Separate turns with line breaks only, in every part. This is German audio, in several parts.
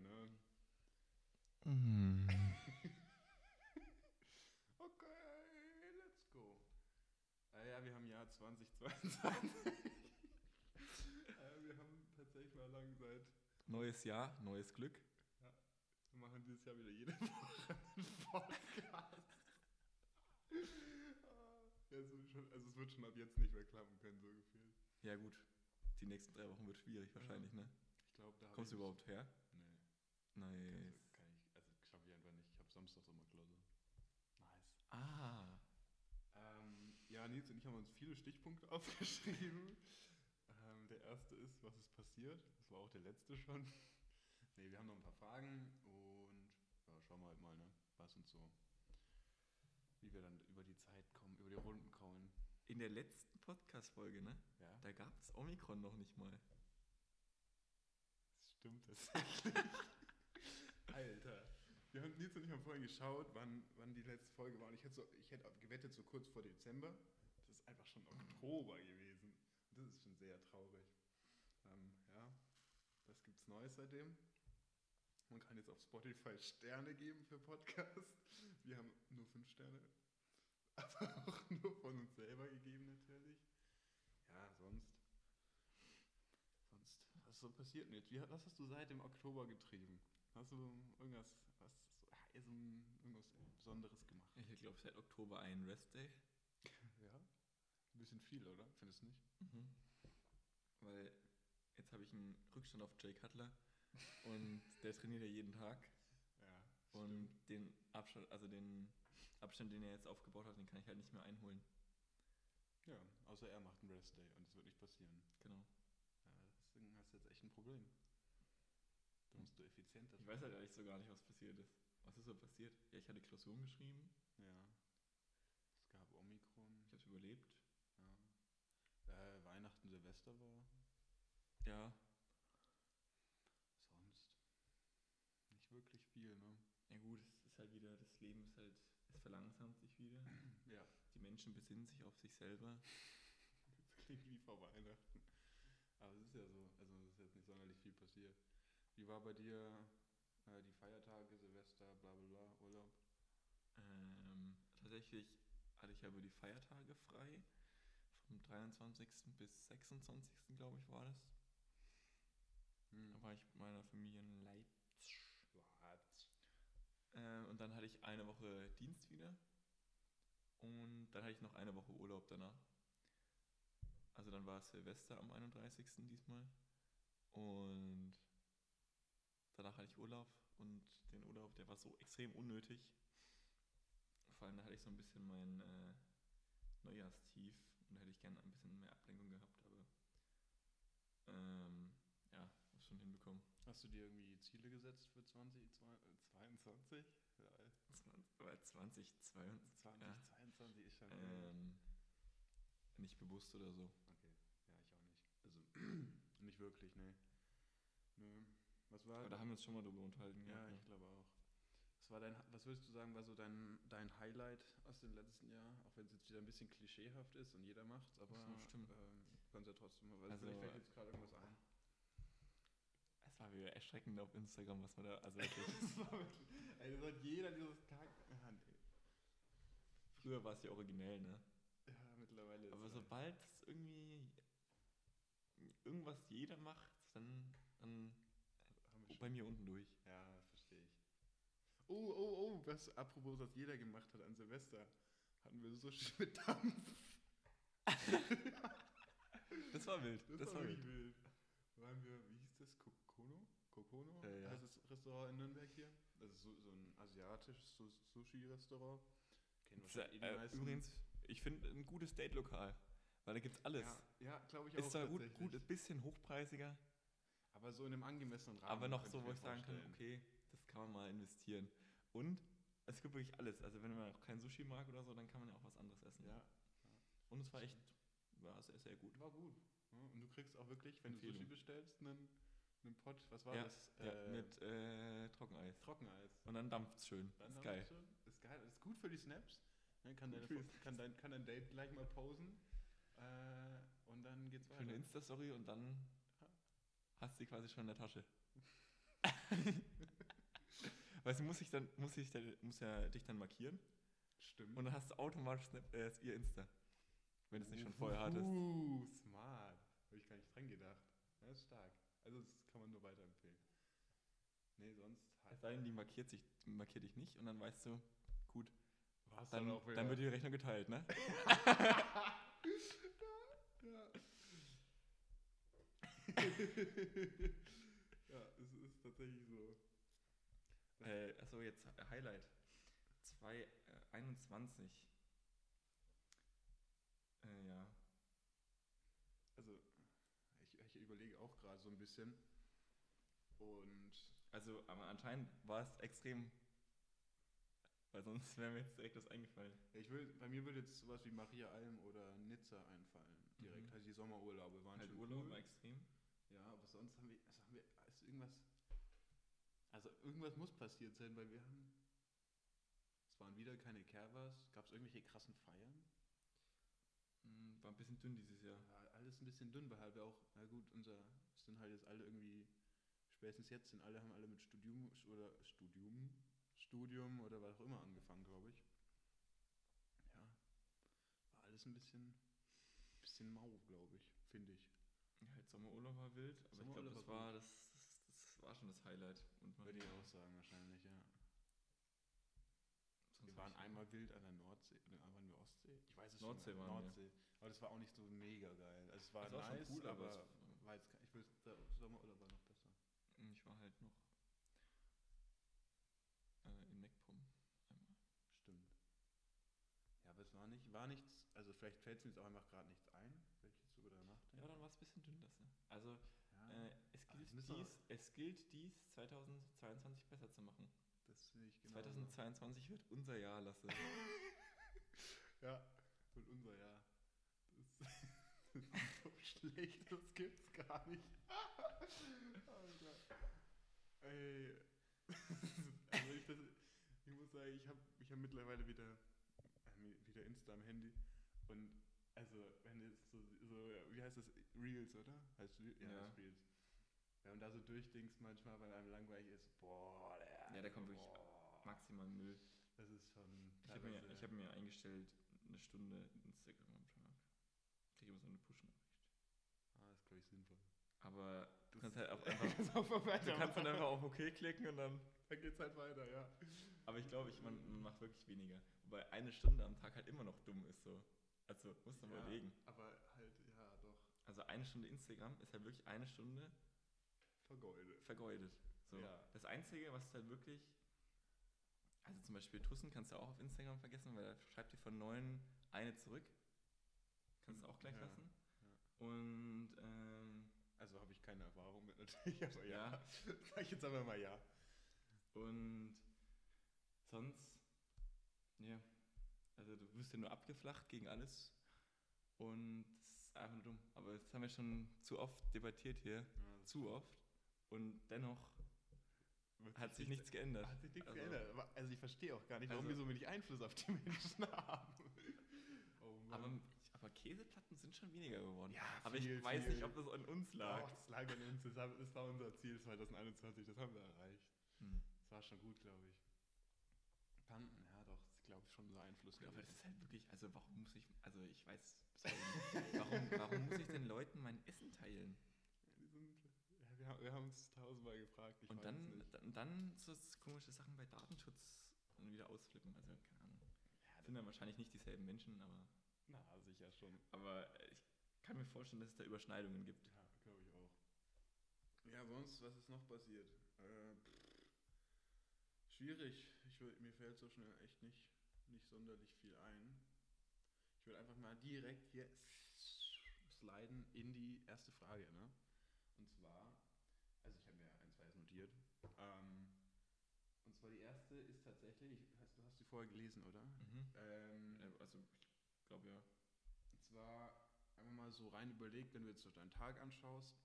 ne?
Mm.
Okay, let's go. Ah ja, wir haben Jahr 2022. äh, wir haben tatsächlich mal lang seit.
Neues Jahr, neues Glück.
Ja, wir machen dieses Jahr wieder jede Woche einen Podcast. Ah, ja, so schon, also es wird schon ab jetzt nicht mehr klappen können, so gefühlt.
Ja gut, die nächsten drei Wochen wird schwierig wahrscheinlich, ne?
Ich glaube, da hab
Kommst du
ich-
überhaupt her?
Nee.
Nice.
Also, kann ich, also schaffe ich einfach nicht. Ich habe samstags immer Klausur. Nice.
Ah,
Ähm, ja, Nils und ich haben uns viele Stichpunkte aufgeschrieben. Ähm, der erste ist, was ist passiert? Das war auch der letzte schon. nee, wir haben noch ein paar Fragen und ja, schauen wir halt mal, ne? was uns so, wie wir dann über die Zeit kommen, über die Runden kommen.
in der letzten Podcast-Folge, ne?
Ja,
Da gab es Omikron noch nicht mal.
das stimmt tatsächlich. Alter. Wir haben, Nils und ich haben vorhin geschaut, wann, wann die letzte Folge war. Und ich hätte, so, ich hätte gewettet, so kurz vor Dezember. Das ist einfach schon Oktober gewesen. Und das ist schon sehr traurig. Ähm, ja, was gibt's Neues seitdem? Man kann jetzt auf Spotify Sterne geben für Podcast. Wir haben nur fünf Sterne. Aber auch nur von uns selber gegeben natürlich. Ja, sonst. Sonst, was so passiert denn jetzt? Wie, hat- was hast du seit dem Oktober getrieben? Hast du irgendwas, was, so- ja, so ein- irgendwas Besonderes gemacht?
Ich glaube seit Oktober ein Restday.
Ja. Ein bisschen viel, oder? Findest du nicht?
Mhm. Weil jetzt habe ich einen Rückstand auf Jake Cutler und der trainiert ja jeden Tag.
Ja.
Und den Abstand, also den Abstand, den er jetzt aufgebaut hat, den kann ich halt nicht mehr einholen.
Ja, außer er macht einen Rest Day und das wird nicht passieren.
Genau.
Ja, deswegen hast du jetzt echt ein Problem. Da musst du effizienter
Ich weiß halt ehrlich so gar nicht, was passiert ist. Was ist so passiert? Ja, ich hatte Klausuren geschrieben,
Ja. Es gab Omikron.
ich habe es überlebt.
Ja. Äh, Weihnachten, Silvester war.
Ja.
Sonst nicht wirklich viel, ne?
Ja gut, es ist halt wieder, das Leben ist halt, es verlangsamt sich wieder.
Ja.
Die Menschen besinnen sich auf sich selber.
Das klingt wie vor Weihnachten. Aber es ist ja so. Also es ist jetzt nicht sonderlich viel passiert. Wie war bei dir äh, die Feiertage, Silvester, bla bla bla, Urlaub?
Ähm, tatsächlich hatte ich ja über die Feiertage frei. Vom 23. bis 26. glaube ich war das. Da
Hm.
war ich mit meiner Familie in Leipzig.
Was?
Äh, und dann hatte ich eine Woche Dienst wieder. Und dann hatte ich noch eine Woche Urlaub danach. Also dann war es Silvester am 31. diesmal. Und danach hatte ich Urlaub. Und den Urlaub, der war so extrem unnötig. Vor allem da hatte ich so ein bisschen mein äh, Neujahrstief. Und da hätte ich gerne ein bisschen mehr Ablenkung gehabt. Aber ähm, ja, hab's schon hinbekommen.
Hast du dir irgendwie Ziele gesetzt für 2022? Ja,
20, 22.
2022 ist schon.
Ähm, nicht bewusst oder so.
Okay, ja, ich auch nicht. Also, nicht wirklich, ne. Nö. Was war.
Aber da haben wir uns schon mal drüber unterhalten.
ja,
gehabt, ne?
ich glaube auch. Was, war dein, was würdest du sagen, war so dein, dein Highlight aus dem letzten Jahr? Auch wenn es jetzt wieder ein bisschen klischeehaft ist und jeder macht's, aber
Ach so, stimmt.
Ähm, kannst ja trotzdem mal, weil
Also,
vielleicht fällt jetzt gerade irgendwas ein.
Es war wieder erschreckend auf Instagram, was man da. Also wirklich.
das war wirklich, ey, das hat jeder dieses Tag. Ah, nee.
Früher war es ja originell, ne?
Ja, mittlerweile. ist
Aber
es- halt-
sobald es irgendwie irgendwas jeder macht, dann, dann
haben wir
oh,
schon-
bei mir unten durch.
Ja, verstehe ich. Oh, oh, oh, was apropos, was jeder gemacht hat an Silvester, hatten wir so schön mit Dampf.
Das war wild. Das, war wild.
wild. Waren wir, wie hieß das, Kokono? Kokono?
Äh, ja.
Heißt das Restaurant in Nürnberg hier? Das ist so, so ein asiatisches Su- Sushi-Restaurant. Kennen eh
Das, äh, übrigens, ich finde ein gutes Date-Lokal, weil da gibt's alles.
Ja, ja glaube ich auch.
Ist zwar gut,
tatsächlich.
gut, ein bisschen hochpreisiger,
Aber so in einem angemessenen Rahmen.
Aber noch
könnte
so, wo
mir
ich sagen kann,
vorstellen.
okay, das kann man mal investieren. Und es gibt wirklich alles. Also wenn man auch kein Sushi mag oder so, dann kann man ja auch was anderes essen.
Ja,
Und es war echt, war sehr, sehr gut.
war gut. Ja, Und du kriegst auch wirklich, wenn du
Empfehlung.
Sushi bestellst, einen, einen Pott, was war
ja,
das?
ja,
Äh,
mit äh, Trockeneis.
Trockeneis.
Und dann dampft's schön.
Dann
ist
haben
geil.
wir's schon. Ist geil, ist gut für die Snaps. Ne, kann,
Gut
deine,
für die
Fo- kann, dein, kann dein Date gleich mal pausen. Äh, und dann geht's weiter.
Schöne Insta-Story und dann hast du die quasi schon in der Tasche. Weil sie muss sich dann, muss sich dann, muss ja dich dann markieren
Stimmt.
und dann hast du automatisch Snap, äh, ihr Insta. Wenn du es nicht schon vorher hattest.
Uh, smart. Habe ich gar nicht dran gedacht. Das ist stark. Also das kann man nur weiterempfehlen. Nee, sonst
Es sei denn, die markiert, sich, markiert dich nicht und dann weißt du, gut,
War's
dann, dann wird die Rechnung geteilt, ne?
Ja. ja, es ist tatsächlich so.
Äh, achso, jetzt Highlight. 221. Äh, ja.
Also, ich, ich überlege auch gerade so ein bisschen. Und
Also, aber anscheinend war es extrem. Weil sonst wäre mir jetzt direkt was eingefallen.
ja, ich will, bei mir würde jetzt sowas wie Maria Alm oder Nizza einfallen. Direkt.
Mhm.
Also die Sommerurlaube waren
Halt
schon
Urlaub
cool.
war extrem.
Ja, aber sonst haben wir, also haben wir ist irgendwas. Also irgendwas muss passiert sein, weil wir haben. Es waren wieder keine Kervas. Gab es irgendwelche krassen Feiern?
Mm, War ein bisschen dünn dieses Jahr.
Ja, Äh, alles ein bisschen dünn, weil halt wir auch, na gut, unser, es sind halt jetzt alle irgendwie, spätestens jetzt sind alle, haben alle mit Studium oder Studium, Studium oder was auch immer angefangen, glaube ich. Ja. War alles ein bisschen, bisschen mau, glaube ich, finde ich.
Ja, halt Sommerurlaub war wild, aber ich glaube,
Sommerurlaub
das
war
war das, das, das war schon das Highlight. Und
Würde ich
Maria.
auch sagen, wahrscheinlich, ja.
Sonst
Wir
hab
waren
ich-
einmal wild an der Nordsee, oder waren wir Ostsee? Ich weiß es
Nordsee
schon. gar nicht.
waren wir.
Nordsee. Aber das war auch nicht so mega geil. Also es war
Es war schon
nice,
cool, aber
aber,
es- mm,
war jetzt, ke- ich will der Sommerurlaub war noch besser.
Ich war halt noch äh, in Meckpom. einmal.
Stimmt. Ja, aber es war nicht, war nichts, also vielleicht fällt es mir jetzt auch einfach gerade nichts ein, wenn ich jetzt so drüber
Ja,
nachdenke.
dann war es ein bisschen dünn, das. Ne? Also,
Ja,
äh, es,
Ah,
gilt
jetzt müssen wir-
dies, es gilt dies 2022 besser zu machen.
das sehe ich genau.
2022 wird unser Jahr, Lasse.
Ja, und unser Jahr. Das, das ist so schlecht, das gibt's gar nicht. Alter. Ey. Also ich, das, ich muss sagen, ich habe ich hab mittlerweile wieder, äh, wieder Insta am Handy. Und also, wenn jetzt so, so wie heißt das? Reels, oder? Heißt Re ja,
Ja.
heißt Reels. Wenn man da so durchdingst manchmal, wenn einem langweilig ist, boah, der
Ja, da kommt wirklich
boah.
Maximal Müll.
Das ist schon.
Ich habe mir,
teilweise-
ich hab mir eingestellt, eine Stunde Instagram am Tag. Kriege immer so eine Push-Nachricht.
Ah, ist, glaube ich, sinnvoll.
Aber du
Das-
kannst halt auch einfach,
Das auf
du kannst dann einfach auf OK klicken und dann.
Dann geht's halt weiter, ja.
Aber ich glaube, ich, man, man macht wirklich weniger. Wobei eine Stunde am Tag halt immer noch dumm ist so. Also musst du mal
Ja.
überlegen.
Aber halt, ja, doch.
Also eine Stunde Instagram ist halt wirklich eine Stunde
Vergeudet.
vergeudet. So.
Ja.
Das Einzige, was halt wirklich. Also zum Beispiel Tussen kannst du auch auf Instagram vergessen, weil da schreibt dir von neun eine zurück. Kannst du auch gleich
Ja,
lassen. Und ähm,
Also habe ich keine Erfahrung mit natürlich, aber ja.
Ja.
Sag ich jetzt aber mal ja.
und sonst, ja. Also du wirst ja nur abgeflacht gegen alles. Und es ist einfach nur dumm. Aber das haben wir schon zu oft debattiert hier. Zu oft. Und dennoch hat sich nichts geändert.
Hat sich nichts
Also-
geändert. Aber- Also ich verstehe auch gar nicht, warum
Also-
wir so wenig Einfluss auf die Menschen haben. Oh Mann.
Aber, aber Käseplatten sind schon weniger geworden.
Ja,
aber
viel,
ich weiß
viel.
nicht, ob das an uns lag.
oh, das lag an uns. Das haben- das war unser Ziel 2021. Das haben wir erreicht.
Hm.
Das war schon gut, glaube ich. Dann, ja doch, das ist, glaube ich, schon so Einfluss.
Aber das
gewesen.
ist halt wirklich, also warum muss ich, also ich weiß, warum, warum muss ich den Leuten mein Essen teilen?
Wir sind- ja, wir, haben, wir haben uns tausendmal gefragt. Ich
Und
weiß es
dann,
nicht.
dann, dann so komische Sachen bei Datenschutz und wieder ausflippen, also keine Ahnung. Sind dann wahrscheinlich nicht dieselben Menschen, aber,
Na, sicher schon.
aber ich kann mir vorstellen, dass es da Überschneidungen gibt.
Ja, glaube ich auch. Ja, sonst, was ist noch passiert? Äh, pff, schwierig. Ich wür- mir fällt so schnell echt nicht, nicht sonderlich viel ein. Ich würde einfach mal direkt hier sliden in die erste Frage. Ne? Und zwar, also ich habe mir ein, zwei notiert. Ähm, und zwar die erste ist tatsächlich, ich- hast, du hast die vorher gelesen, oder? Ähm,
Mhm. Äh, Also ich glaube ja.
und zwar einfach mal so rein überlegt, wenn du jetzt so deinen Tag anschaust,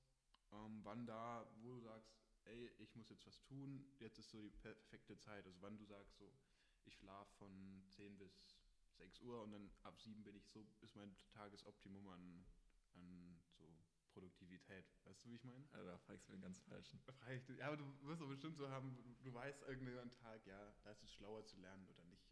ähm, wann da, wo du sagst, ey, ich muss jetzt was tun, jetzt ist so die per- perfekte Zeit. Also wann du sagst so, ich schlafe von 10 bis 6 Uhr und dann ab 7 bin ich so, ist mein Tagesoptimum an, an so
Produktivität. Weißt du, wie ich meine?
Ja, also da fragst du den ganz falschen.
Da frage ich dich, ja, aber du wirst doch bestimmt so haben, du, du weißt irgendeinen Tag, ja, da ist es schlauer zu lernen oder nicht.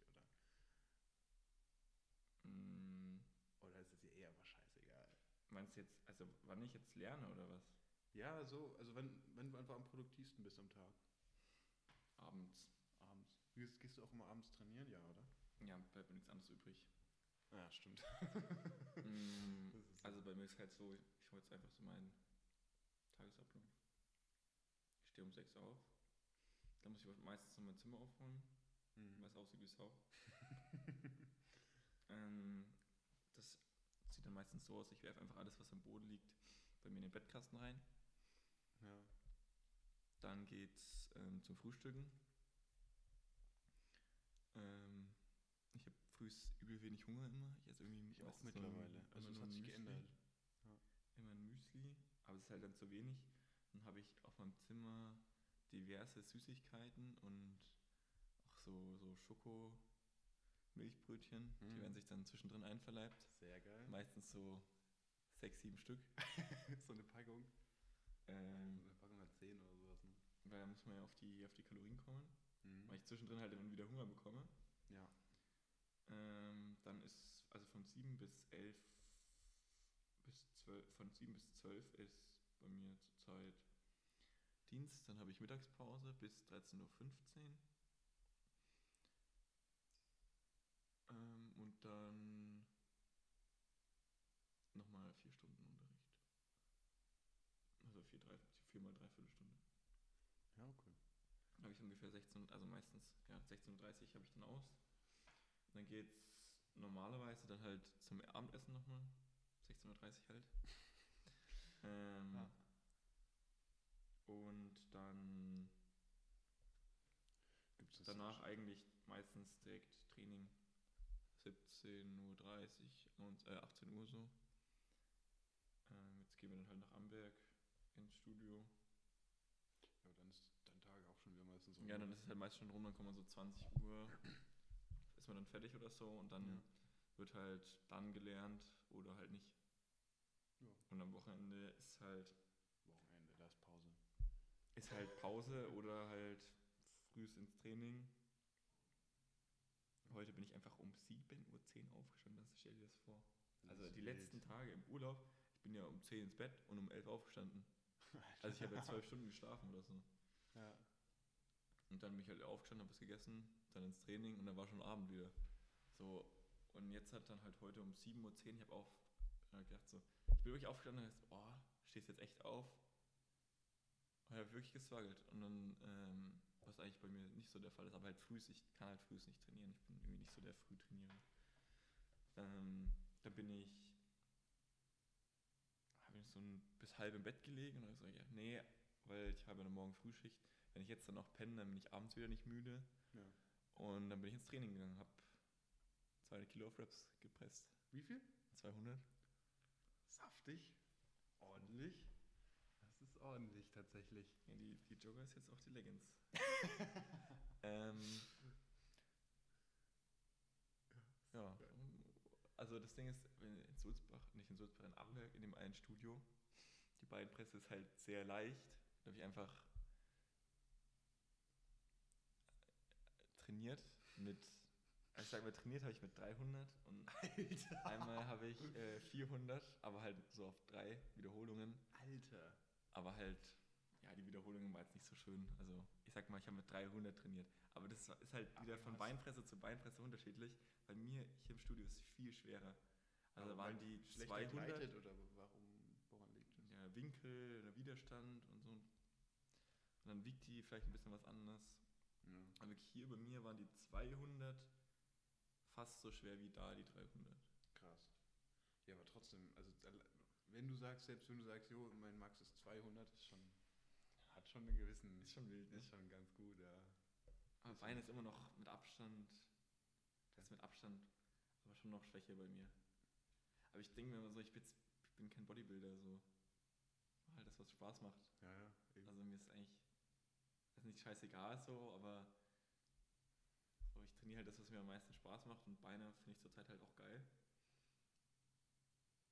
Mm,
Oder, oder ist es dir eher aber scheißegal?
meinst du jetzt, also wann ich jetzt lerne oder was?
Ja, so, also wenn, wenn du einfach am produktivsten bist am Tag,
Abends.
abends. Gehst, gehst du auch immer abends trainieren, ja, oder?
Ja, bleibt mir nichts anderes übrig.
Ja, stimmt.
Mm,
Das ist-
also bei mir ist halt so, ich ich hole jetzt einfach so meinen Tagesablauf. Ich stehe um 6 auf. Dann muss ich meistens noch mein Zimmer aufräumen.
Mhm.
Was aussieht wie Sau. ähm, das sieht dann meistens so aus, ich werfe einfach alles, was am Boden liegt, bei mir in den Bettkasten rein.
Ja.
Dann geht's ähm, zum Frühstücken. Ähm, ich habe frühs übel wenig Hunger immer. Ich esse irgendwie
Ich auch
meistens so ein-
mittlerweile.
immer
Also es
nur
hat
ein
sich
Müsli.
geändert.
immer ein Müsli, aber es ist halt dann zu wenig. Dann habe ich auf meinem Zimmer diverse Süßigkeiten und auch so, so Schoko-Milchbrötchen, die
Mm.
werden sich dann zwischendrin einverleibt.
Sehr geil.
Meistens so sechs, sieben Stück.
so eine Packung.
Ähm,
Eine Packung hat 10 oder sowas, ne?
weil da muss man ja auf die, auf die Kalorien kommen, weil
Mhm.
ich zwischendrin halt dann wieder Hunger bekomme.
Ja.
Ähm, dann ist, also von 7 bis 11, bis 12, von 7 bis 12 ist bei mir zurzeit Dienst, dann habe ich Mittagspause bis 13.15 Uhr. Ähm, und dann nochmal 4 Stunden Unterricht. Also 4, 3, 4 mal 3 Viertelstunde.
Ja, okay.
Dann habe ich ungefähr 16, also meistens, ja, 16.30 Uhr habe ich dann aus. Und dann geht's normalerweise dann halt zum Abendessen nochmal. 16.30 Uhr halt. ähm,
Ja.
Und dann
Gibt's das
danach eigentlich meistens direkt Training. 17.30 Uhr, und, äh, 18 Uhr so. Ähm, jetzt gehen wir dann halt nach Amberg ins Studio.
Ja, dann ist dein Tag auch schon wieder meistens um so.
Ja, dann ist es halt meist schon rum, dann kommt man so 20 Uhr, ist man dann fertig oder so und dann
Ja.
wird halt dann gelernt oder halt nicht.
Ja.
Und am Wochenende ist halt,
Wochenende, da ist Pause.
ist halt Pause oder halt frühs ins Training. Heute bin ich einfach um 7.10 Uhr aufgestanden, das stell dir das vor. Also die letzten Tage im Urlaub, ich bin ja um 10 ins Bett und um 11 aufgestanden. Also ich habe ja 12 Stunden geschlafen oder so.
Ja.
Und dann bin ich halt aufgestanden, habe was gegessen, dann ins Training und dann war schon Abend wieder. So, und jetzt hat dann halt heute um 7.10 Uhr, ich habe auf, äh, gedacht so, ich bin wirklich aufgestanden und hab gesagt, oh, stehst jetzt echt auf? Und habe wirklich geswaggelt. Und dann, ähm, was eigentlich bei mir nicht so der Fall ist, aber halt frühs, ich kann halt frühs nicht trainieren, ich bin irgendwie nicht so der Frühtrainierer. Ähm, dann bin ich, habe ich so ein, bis halb im Bett gelegen und dann hab ich gesagt, ja, nee, weil ich habe ja morgen Frühschicht wenn ich jetzt dann noch penne, dann bin ich abends wieder nicht müde.
Ja.
Und dann bin ich ins Training gegangen, habe 200 Kilo auf Reps gepresst.
Wie viel?
200.
Saftig. Ordentlich. Das ist ordentlich tatsächlich.
Ja, die, die Jogger ist jetzt auch die Leggings. ähm, ja, also das Ding ist, wenn in Sulzbach, nicht in Sulzbach, in Amberg, in dem einen Studio, die Beinpresse ist halt sehr leicht. Da habe ich einfach trainiert mit, also ich sag mal, trainiert habe ich mit 300 und
Alter.
einmal habe ich äh, 400, aber halt so auf drei Wiederholungen.
Alter.
Aber halt, ja, die Wiederholungen war jetzt nicht so schön. Also, ich sag mal, ich habe mit 300 trainiert. Aber das war- ist halt
Ach,
wieder von
krass.
Beinpresse zu Beinpresse unterschiedlich. Bei mir hier im Studio ist es viel schwerer. Also, da
Aber
waren
weil
die
Schlechter
200
geleitet oder warum, woran liegt das?
ja, Winkel, der Widerstand und so. Und dann wiegt die vielleicht ein bisschen was anders.
Ja.
Aber wirklich hier bei mir waren die 200 fast so schwer wie da die 300.
Krass. Ja, aber trotzdem, also alle- wenn du sagst, selbst wenn du sagst, jo, mein Max ist 200, ist schon, hat schon einen gewissen,
schon wild,
ist schon ne? ganz gut, ja.
Aber
Ist
Bein
schon-
ist immer noch mit Abstand, das ist mit Abstand, aber schon noch schwächer bei mir. Aber ich denke mir immer so, ich bin, jetzt- ich bin kein Bodybuilder, so. Mach Halt das, was Spaß macht.
Ja, ja. eben.
Also mir ist eigentlich, ist nicht scheißegal so, aber so, ich trainiere halt das, was mir am meisten Spaß macht und Beine finde ich zurzeit halt auch geil.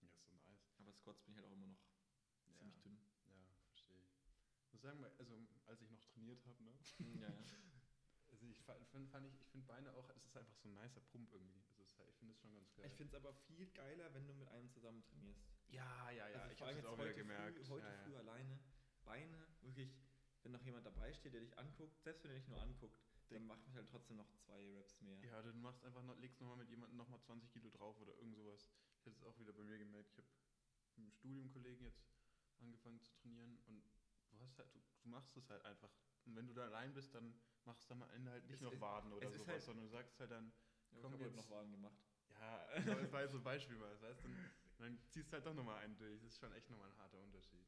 Ja, ist so nice.
Aber Squats bin ich halt auch immer noch ziemlich
Ja.
dünn.
Ja, verstehe ich. Ich muss sagen, weil- also als ich noch trainiert habe, ne?
Ja, ja.
Also ich fa- fand, fand ich, ich finde Beine auch, es ist einfach so ein nicer Pump irgendwie. Also es, ich finde es schon ganz geil.
Ich finde es aber viel geiler, wenn du mit einem zusammen trainierst.
ja, ja, ja,
also
ich
vor
habe
allem
es
jetzt
auch
heute,
wieder gemerkt.
früh, heute
ja,
früh
ja.
alleine. Beine, wirklich, wenn noch jemand dabei steht, der dich anguckt, selbst wenn er dich nur anguckt, dann macht man halt trotzdem noch zwei Raps mehr.
Ja, oder du machst einfach noch, legst nochmal mit jemandem nochmal 20 Kilo drauf oder irgend sowas. Ich habe es auch wieder bei mir gemerkt. Ich habe mit einem Studiumkollegen jetzt angefangen zu trainieren und du hast halt, du, du machst es halt einfach. Und wenn du da allein bist, dann machst du am Ende halt nicht
Es
noch
ist-
Waden oder
es ist
sowas,
halt-
sondern du sagst halt dann,
Ja,
komm
ich habe
jetzt.
noch Wagen gemacht.
ja, aber es war jetzt so ein Beispiel, weil Genau, das heißt, dann, dann ziehst du halt doch nochmal einen durch. Das ist schon echt nochmal ein harter Unterschied.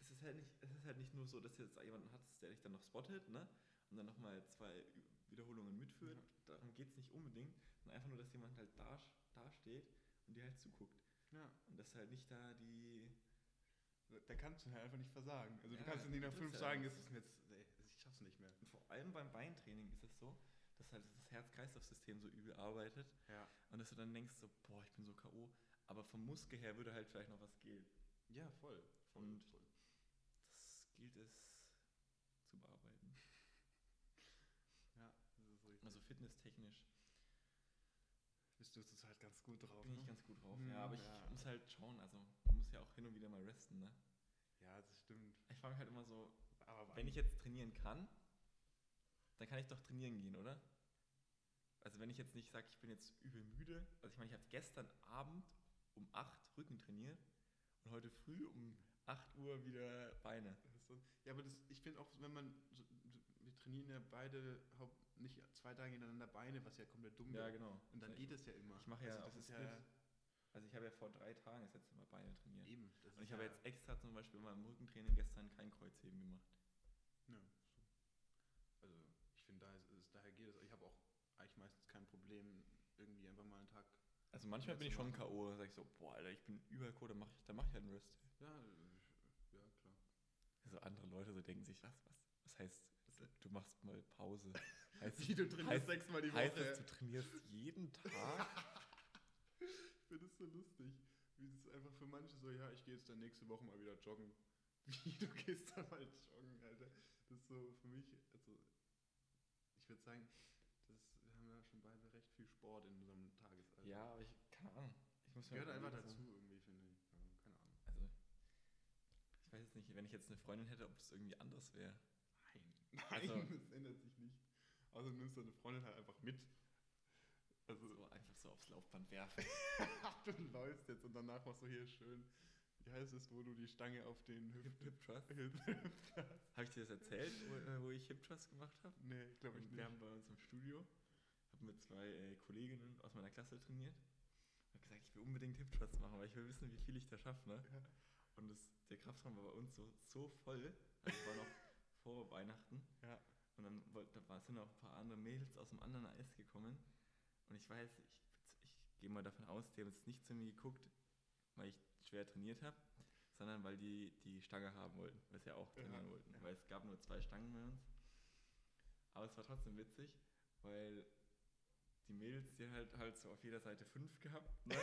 Es ist, halt nicht, es ist halt nicht nur so, dass du jetzt jemanden hast, der dich dann noch spottet, ne? Und dann nochmal zwei Ü- Wiederholungen mitführt.
Ja.
Darum geht es nicht unbedingt. Sondern einfach nur, dass jemand halt da, sch- da steht und dir halt zuguckt.
Ja.
Und dass halt nicht da die.
Da kannst du halt einfach nicht versagen. Also
Ja,
du kannst nicht nach
das
fünf
ist ja
sagen,
das.
es ist mir jetzt, nee, ich schaff's nicht mehr.
Und vor allem beim Beintraining ist es so, dass halt das Herz-Kreislauf-System so übel arbeitet.
Ja.
Und dass du dann denkst, so, boah, ich bin so K.O. Aber vom Muskel her würde halt vielleicht noch was gehen.
Ja, voll. voll,
Und-
voll.
Das gilt es zu bearbeiten.
Ja, das ist richtig.
Also fitnesstechnisch
bist du zurzeit ganz gut drauf.
bin
ne?
ich ganz gut drauf.
Mhm,
Ja, aber ich
ja.
muss halt schauen. Also man muss ja auch hin und wieder mal resten, ne?
ja, das stimmt.
Ich frage mich halt immer so,
Aber
wenn ich jetzt trainieren kann, dann kann ich doch trainieren gehen, oder? Also wenn ich jetzt nicht sage, ich bin jetzt übel müde. Also ich meine, ich habe gestern Abend um 8 Rücken trainiert und heute früh um 8 Uhr wieder Beine.
ja, aber das, ich finde auch, wenn man, so- wir trainieren ja beide haupt, nicht zwei Tage hintereinander Beine, was ja komplett dumm wäre.
genau.
Und dann geht es ja immer.
Ich mache ja
also
auch
das ist
einen
ja
Split. Also ich habe ja vor drei Tagen das letzte Mal Beine trainiert.
eben. Das
Und
ist
ich habe
ja-
jetzt extra zum Beispiel in meinem Rückentraining gestern kein Kreuzheben gemacht.
Ja, so. Also ich finde, daher, ist es- daher geht es. Ich habe auch eigentlich meistens kein Problem, irgendwie einfach mal einen Tag.
Also manchmal
Ja,
bin ich
zu
schon
machen.
K.O. Da sage ich so, boah, Alter, ich bin über K.O., dann mache ich, dann mach ich halt einen Rest.
Ja, äh, ja klar.
Also andere Leute so denken sich, was, was, was heißt, du, du machst mal Pause. Heißt,
Wie, du trainierst
heißt-
sechsmal die
heißt
Woche.
es, du trainierst jeden Tag?
Ich finde es so lustig, wie es einfach für manche so, ja, ich gehe jetzt dann nächste Woche mal wieder joggen. Wie, du gehst dann mal joggen, Alter. Das ist so für mich, also ich würde sagen, das, wir haben ja schon beide recht viel Sport in unserem Tagesalltag.
ja, aber ich, keine Ahnung. Ich muss
Das
mir
gehört
mal
einfach
überlegen,
dazu
so.
irgendwie, finde ich. Ja, keine Ahnung.
Also, ich weiß jetzt nicht, wenn ich jetzt eine Freundin hätte, ob das irgendwie anders wäre.
Nein.
Also-
Nein, das ändert sich nicht. Also nimmst du deine Freundin halt einfach mit. Also
So einfach so aufs Laufband werfen.
du läufst jetzt und danach machst du hier schön, wie heißt es, wo du die Stange auf den Hüften...
Hip-Trust?
Hip-
Habe ich dir das erzählt, wo, äh, wo ich Hip-Trust gemacht habe?
nee, glaube ich
Und
nicht.
wir haben bei uns im Studio, habe mit zwei äh, Kolleginnen aus meiner Klasse trainiert. Habe gesagt, ich will unbedingt Hip Thrusts machen, weil ich will wissen, wie viel ich da schaffe. Ne?
Ja.
Und das, der Kraftraum war bei uns so, so voll. Also war noch vor Weihnachten.
Ja.
Und dann wollt, da war- sind noch ein paar andere Mädels aus dem anderen AS gekommen. Und ich weiß, ich, ich gehe mal davon aus, die haben jetzt nicht zu mir geguckt, weil ich schwer trainiert habe, sondern weil die die Stange haben wollten, was ja auch
Ja,
trainieren wollten.
ja.
Weil es gab nur zwei Stangen bei uns. Aber es war trotzdem witzig, weil die Mädels, die halt halt so auf jeder Seite fünf gehabt. Ne?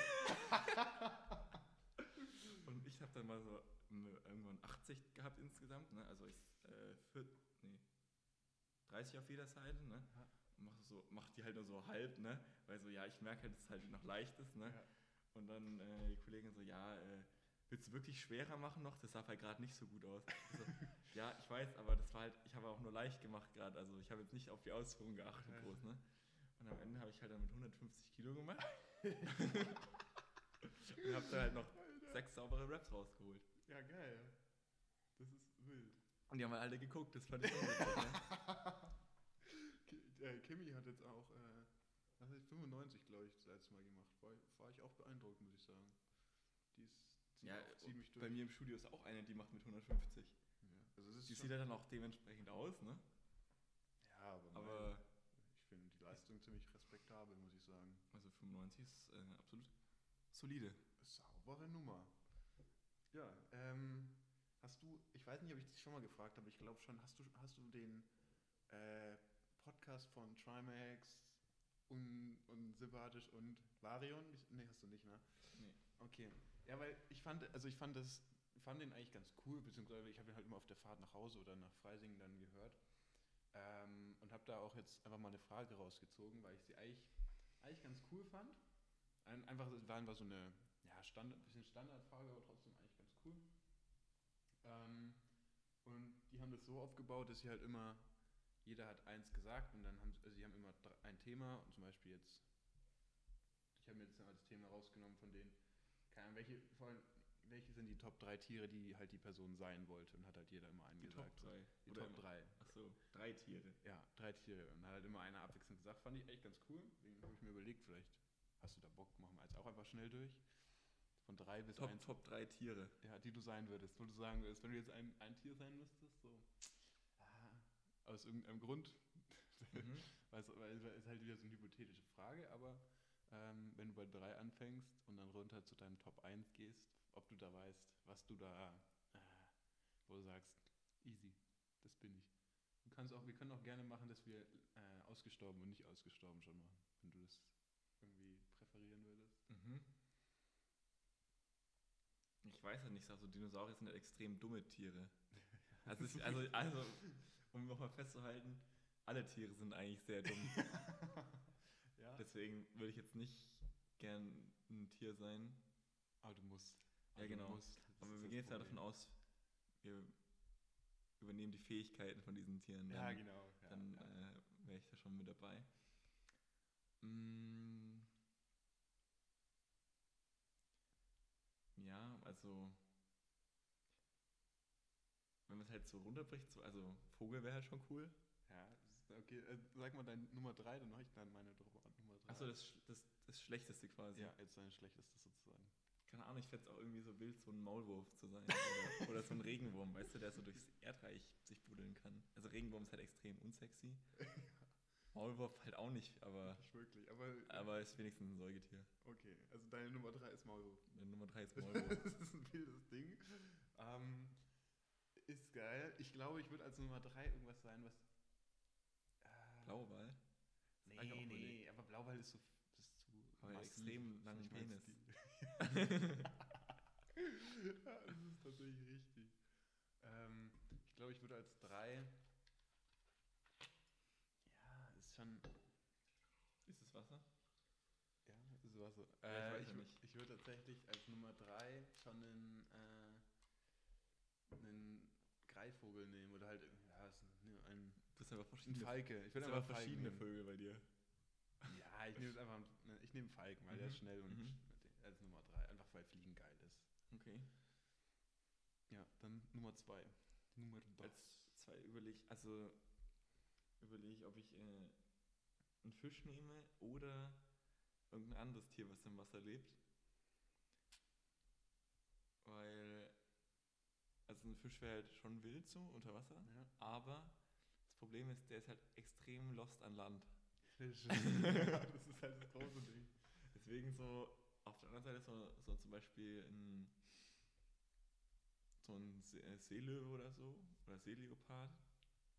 Und ich habe dann mal so m, irgendwann 80 gehabt insgesamt, ne? Also ich äh, vier, nee, 30 auf jeder Seite, ne?
Ja.
Und mach so, mach die halt nur so halb, ne? Weil so, ja, ich merke halt, dass es halt noch leicht ist, ne?
Ja.
Und dann äh, die Kollegin so, ja, äh, willst du wirklich schwerer machen noch? Das sah halt gerade nicht so gut aus. Ich So, ja, ich weiß, aber das war halt, ich habe auch nur leicht gemacht gerade, also ich habe jetzt nicht auf die Ausführung geachtet
Ja.
groß, ne? Und am Ende habe ich halt dann mit 150 Kilo gemacht. und habe dann halt noch sechs saubere Raps rausgeholt.
Ja, geil. Das ist wild.
Und die haben halt alle geguckt, das fand ich schon witzig, ne?
Ki- äh, Kimi hat jetzt auch, äh, was heißt 95, glaube ich, das letzte Mal gemacht. War, war ich auch beeindruckt, muss ich sagen. Die ist zieht
Ja,
auch ziemlich durch.
Bei mir im Studio ist auch eine, die macht mit 150.
Ja, also es ist
Die
schon,
sieht ja dann auch dementsprechend aus, ne?
ja aber,
Aber
nein, ich finde die Leistung ziemlich respektabel, muss ich sagen.
also 95 ist äh, absolut solide.
Saubere Nummer. Ja, ähm, hast du, ich weiß nicht, ob ich dich schon mal gefragt habe, ich glaube schon, hast du, hast du den äh, Podcast von Trimax und, und Sympathisch und Varion? Nee, hast du nicht, ne?
Nee.
Okay. Ja, weil ich fand, also ich fand das, fand den eigentlich ganz cool, beziehungsweise ich habe ihn halt immer auf der Fahrt nach Hause oder nach Freising dann gehört. Ähm, und habe da auch jetzt einfach mal eine Frage rausgezogen, weil ich sie eigentlich, eigentlich ganz cool fand. Ein, einfach, es war einfach so eine ja, Standard, bisschen Standardfrage, aber trotzdem eigentlich ganz cool. Ähm, und die haben das so aufgebaut, dass sie halt immer, jeder hat eins gesagt und dann haben sie, also sie haben immer dr- ein Thema und zum Beispiel jetzt, ich habe mir jetzt mal das Thema rausgenommen von denen, keine Ahnung, welche, vor allem, welche sind die Top 3 Tiere, die halt die Person sein wollte und hat halt jeder immer einen
Die
gesagt.
Top 3.
Die Top 3.
Achso, drei Tiere.
Ja, drei Tiere. Und hat halt immer einer abwechselnd gesagt. Fand ich echt ganz cool. Deswegen habe ich mir überlegt, vielleicht hast du da Bock, machen wir jetzt auch einfach schnell durch. Von drei bis
Top,
eins.
Top 3 Tiere.
Ja, die du sein würdest. Wo du sagen würdest, wenn du jetzt ein, ein Tier sein müsstest, so. Ah, aus irgendeinem Grund. Mhm. Weiß, weil weil es halt wieder so eine hypothetische Frage, aber ähm, wenn du bei drei anfängst und dann runter zu deinem Top 1 gehst, ob du da weißt, was du da, äh, wo du sagst, easy, das bin ich. Du kannst auch, wir können auch gerne machen, dass wir äh, ausgestorben und nicht ausgestorben schon machen, wenn du das irgendwie präferieren würdest.
Mhm. Ich weiß halt nicht, also Dinosaurier sind halt extrem dumme Tiere. Also, ich, also, also um nochmal festzuhalten, alle Tiere sind eigentlich sehr dumm.
Ja,
Deswegen würde ich jetzt nicht gern ein Tier sein.
aber du musst.
Ah, Ja,
du
genau.
musst. Das
Aber
Also ist
wir
das
gehen jetzt mal davon
Problem.
aus, wir übernehmen die Fähigkeiten von diesen Tieren.
Ja,
Dann-
genau. Ja,
dann
ja.
äh, wäre ich da schon mit dabei. Mm. Ja, also wenn man es halt so runterbricht, so, also Vogel wäre halt schon cool.
Ja, ist- okay, äh, sag mal dein Nummer 3, dann mache ich dann meine Dro- Nummer 3.
Achso, das, Sch- das, das Schlechteste quasi.
ja, jetzt dein schlechtestes sozusagen.
Keine Ahnung, ich fände es auch irgendwie so wild, so ein Maulwurf zu sein. oder, oder so ein Regenwurm, weißt du, der so durchs Erdreich sich buddeln kann. Also Regenwurm ist halt extrem unsexy. Maulwurf halt auch nicht, aber,
Nicht wirklich, aber,
aber ist wenigstens ein Säugetier.
okay. Also deine Nummer 3 ist Maulwurf.
Dann Nummer 3 ist Maulwurf.
das ist ein wildes Ding. Ähm, ist geil. Ich glaube, ich würde als Nummer 3 irgendwas sein, was. Äh,
Blauwal.
Nee,
hab ich auch
nee,
überlegt.
aber Blauwal ist so. Das ist zu
Aber
massiv.
extrem
Ist
langen
nicht mein
Penis.
Stil. ja, das ist tatsächlich richtig. Ähm, ich glaube, ich würde als 3. Ja, ist schon.
Ist es Wasser?
Ja, das war so.
Ja,
Äh,
ich weiß
ich
ja
wü-
nicht.
ich würde tatsächlich als Nummer 3 schon einen, äh, einen Greifvogel nehmen oder halt ja, es- ne, einen,
Du bist einfach
einen
verschiedene,
Falke. Ich
du
würde
bist
einfach
einfach
einen Falken
verschiedene
nehmen.
Vögel bei dir.
Ja, ich nehme jetzt einfach einen- ne, ich nehme einen Falken, weil der ist
Mhm,
schnell und
mhm.
sch- als Nummer 3. Einfach weil Fliegen geil ist.
Okay.
Ja, dann Nummer 2. Nummer 2.
Als zwei überlege ich, also überlege ich, ob ich äh, einen Fisch nehme oder irgendein anderes Tier, was im Wasser lebt. Weil, also ein Fisch wäre halt schon wild so unter Wasser,
Ja.
aber das Problem ist, der ist halt extrem lost an Land.
Das ist halt das große Ding.
Deswegen so, auf der anderen Seite so, so zum Beispiel ein, so ein See, äh, Seelöwe oder so, oder Seeleopard,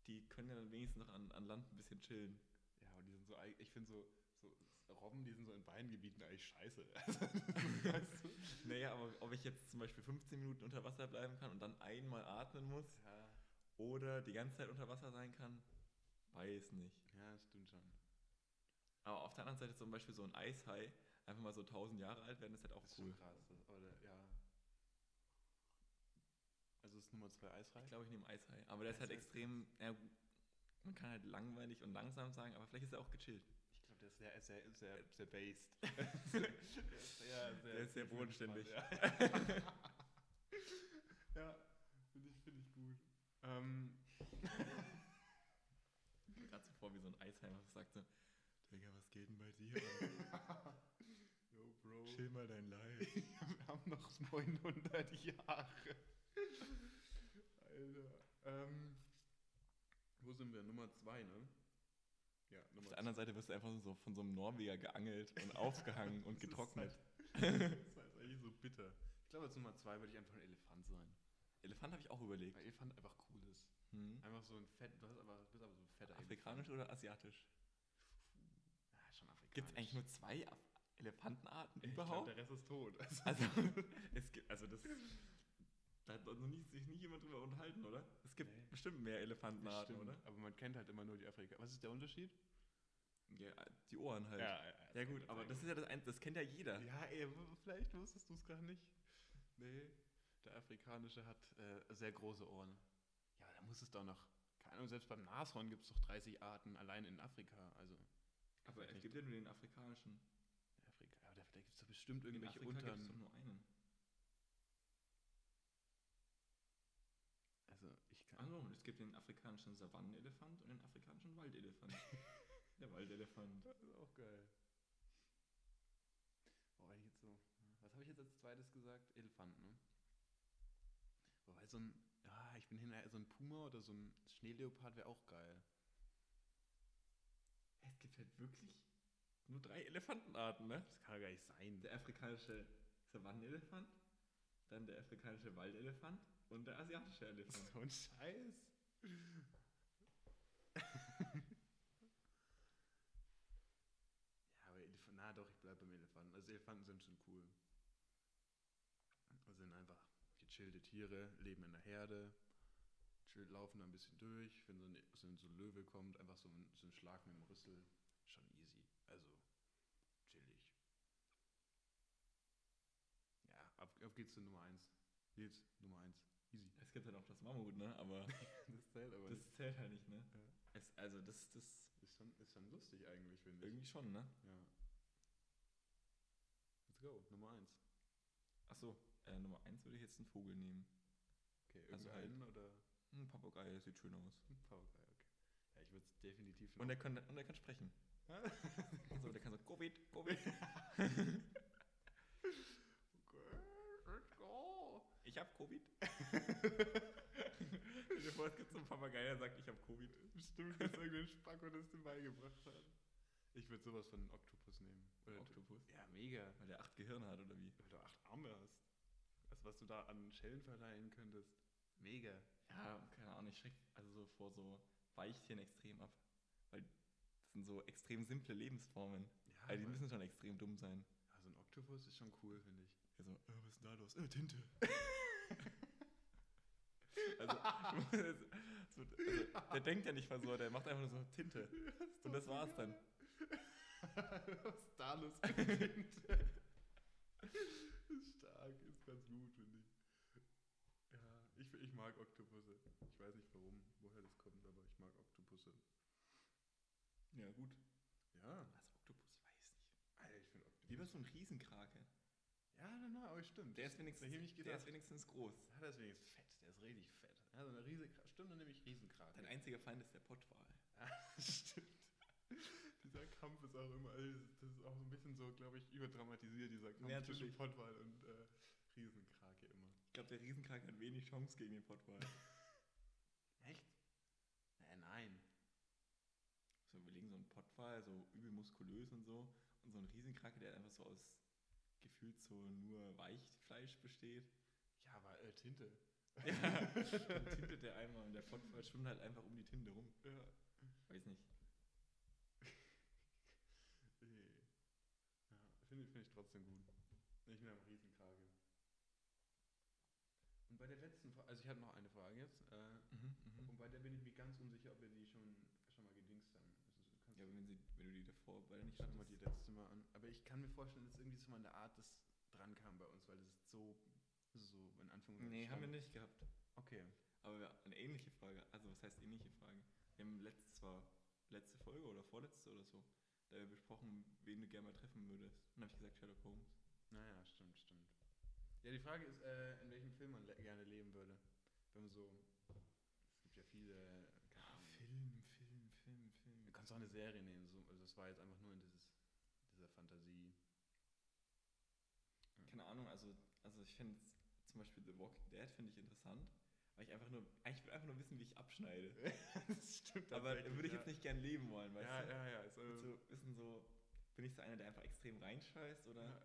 die können ja dann wenigstens noch an, an Land ein bisschen chillen.
Ja, und die sind so, eig- ich finde so, so Robben, die sind so in beiden Gebieten eigentlich scheiße. Also, weißt du?
Naja, aber ob ich jetzt zum Beispiel 15 Minuten unter Wasser bleiben kann und dann einmal atmen muss
Ja,
oder die ganze Zeit unter Wasser sein kann, weiß nicht.
ja, das stimmt schon.
Aber auf der anderen Seite zum Beispiel so ein Eishai, einfach mal so 1000 Jahre alt werden, ist halt auch
Das ist
cool.
schon krass. das- Oder, ja. Also ist Nummer 2 Eisreich?
Ich glaube, ich nehme Eishai. Aber der ist halt
Eishai ist
extrem, ja, man kann halt langweilig und langsam sagen, aber vielleicht ist er auch gechillt.
Ich glaube, der ist Äh, sehr, sehr, sehr, sehr based. der ist sehr, sehr,
Der ist sehr bodenständig.
Ja, ja finde ich, find ich gut. Ähm,
Ich mir gerade so vor, wie so ein Eisheimer sagt so, Digga, was geht denn bei dir? ab?
yo, Bro.
Chill mal dein Leid.
Wir haben noch 900 Jahre. Alter. Ähm, wo sind wir? Nummer 2, ne? Ja,
Auf
Nummer
der anderen Seite wirst du einfach so von so einem Norweger geangelt und aufgehangen und
Das ist
getrocknet.
Halt, das ist halt eigentlich so bitter. Ich glaube, als Nummer zwei würde ich einfach ein Elefant sein.
Elefant habe ich auch überlegt.
Weil Elefant einfach cool ist.
Hm.
Einfach so ein fett, du hast aber, bist aber so ein fetter
Afrikanisch oder asiatisch?
Elefant. Ja, schon afrikanisch.
Gibt es eigentlich nur zwei Af Elefantenarten
Ich glaub,
überhaupt?
der Rest ist tot. Also,
Also, es gibt, also das, Da hat noch nie, sich nie jemand drüber unterhalten, oder? Es gibt
Nee.
bestimmt mehr Elefantenarten,
Bestimmt,
oder?
Aber man kennt halt immer nur die Afrika. Was ist der Unterschied?
Ja, die Ohren halt.
ja,
Ja gut, aber das ist ja das Einzige, das kennt ja jeder.
Ja, ey, w- vielleicht wusstest du es gar nicht. Nee, der afrikanische hat äh, sehr große Ohren. Ja, da muss es doch noch. Keine Ahnung, selbst beim Nashorn gibt es doch 30 Arten allein in Afrika. Also,
Aber es gibt ja nur den afrikanischen.
Afrika, aber da, da gibt es doch bestimmt
In
irgendwelche
Afrika gibt's doch
Untern.
nur einen.
Also, ich kann.
Andersrum, es gibt den afrikanischen Savannenelefant und den afrikanischen Waldelefant. Der Waldelefant.
Das ist auch geil. Boah, wenn ich jetzt so. Was habe ich jetzt als zweites gesagt? Elefant, ne? Wobei so ein. Ja, ich bin hinterher. So ein Puma oder so ein Schneeleopard wäre auch geil.
Es gibt halt wirklich nur drei Elefantenarten, ne?
Das kann ja gar nicht sein.
Der afrikanische Savannenelefant, dann der afrikanische Waldelefant und der asiatische
Was
Elefant.
so ein Scheiß. ja, aber Elefant, na doch, ich bleib beim Elefanten. Also Elefanten sind schon cool. Also sind einfach gechillte Tiere, leben in der Herde, chill, laufen da ein bisschen durch. Wenn so ein, so ein, so ein Löwe kommt, einfach so ein, so ein Schlag mit dem Rüssel, schon easy. Also chillig. Ja, ab, auf geht's zu Nummer 1. Nils, Nummer 1. Easy.
Es gibt halt auch das Mammut, ne? Aber
Das zählt aber
das zählt halt nicht, ne?
Ja.
Es, also das, das
Ist schon, ist schon lustig eigentlich, finde ich.
irgendwie schon, ne?
Ja. Let's go, Nummer 1.
Achso, äh, Nummer eins würde ich jetzt einen Vogel nehmen.
Okay,
Also
irgendeinen oder
Ein Papagei, sieht schön aus.
ein Papagei, okay. Ja, ich würde es definitiv
Und er kann, und er kann sprechen. Also der kann so, Covid, Covid.
Let's go.
Ich hab Covid. Stell dir vor, es gibt so einen Papagei, der sagt, ich hab Covid.
Bestimmt ist irgendein Spacko, das dir beigebracht hat. Ich würde sowas von einem Oktopus nehmen. Oder
Oktopus.
ja, mega.
Weil der acht Gehirne hat, oder wie?
Weil du acht Arme hast. Also was du da an Schellen verleihen könntest. Mega.
Ja, keine Ahnung, ich schreck also so vor so Weichtieren extrem ab. Weil das sind so extrem simple Lebensformen.
Ja,
Also die
aber-
müssen schon extrem dumm sein.
ja, so ein Oktopus ist schon cool, finde ich.
Also, äh, was ist denn da los? Äh, Tinte. also, du musst jetzt- so, also, der denkt ja nicht mal so, der macht einfach nur so Tinte. Und das war's dann.
Was ist da los beginnt. ist stark, ist ganz gut, finde ich. Ja, ich, ich mag Oktopusse. Ich weiß nicht warum, woher das kommt, aber ich mag Oktopusse.
Ja, gut.
Ja,
Also, Oktopus weiß nicht.
Alter, ich finde Oktopusse.
Lieber so ein Riesenkrake.
Ja, na, na, aber stimmt.
Der ist wenigstens,
Der, ich
der ist
gedacht.
wenigstens groß.
ja, der ist wenigstens fett, der ist richtig fett. Ja, so eine Riesenkrake. Stimmt, dann nehme ich Riesenkrake.
Dein einziger Feind ist der Pottwal.
Stimmt. Dieser Kampf ist auch immer, also das das ist auch ein bisschen so, glaube ich, überdramatisiert, dieser Kampf
Ja,
zwischen
natürlich.
Pottwal und äh, Riesenkrake immer.
Ich glaube, der Riesenkrake hat wenig Chance gegen den Pottwal.
Echt? Äh, nein.
so überlegen, so ein Pottwal, so übel muskulös und so. Und so ein Riesenkrake, der einfach so aus gefühlt so nur Weichfleisch besteht.
Ja, aber äh, Tinte.
Ja, dann tintet der einmal und der Pottwal schwimmt halt einfach um die Tinte rum.
Ja.
Weiß nicht.
Nee. Ja, finde find ich trotzdem gut. Ich nehme Riesenkrake. Und bei der letzten Frage, also ich habe noch eine Frage jetzt. Äh,
Mhm,
und bei der bin ich mir ganz unsicher, ob wir die schon, schon mal gedingst haben. Also, du kannst
Ja, aber wenn, sie, wenn du die davor beide nicht
Ich schau mal
hattest,
die letzte Mal an. Aber ich kann mir vorstellen, dass irgendwie so mal eine Art das dran kam bei uns, weil das ist so, so in Anführungszeichen.
Nee, haben wir
stand.
nicht gehabt.
Okay.
Aber wir, eine ähnliche Frage, also was heißt ähnliche Frage? Wir haben letztes zwar letzte Folge oder vorletzte oder so, da wir besprochen, wen du gerne mal treffen würdest. Und dann habe ich gesagt, Sherlock Holmes.
Naja, stimmt, stimmt. Ja, die Frage ist, äh, in welchem Film man le gerne leben würde. Wenn man so. Es gibt ja viele. keine Ahnung.
Film, Film, Film,
Du
Film.
kannst auch eine Serie nehmen. So, also das war jetzt einfach nur in dieses, dieser Fantasie.
Keine Ahnung, also, also ich finde zum Beispiel The Walking Dead finde ich interessant, weil ich einfach nur, ich will einfach nur wissen, wie ich abschneide.
das stimmt.
Aber da
tatsächlich,
würde ich
ja.
jetzt nicht gern leben wollen, weißt
Ja,
du?
ja, ja. Ist,
Willst
äh,
du wissen so, bin ich so einer, der einfach extrem reinscheißt oder
ja,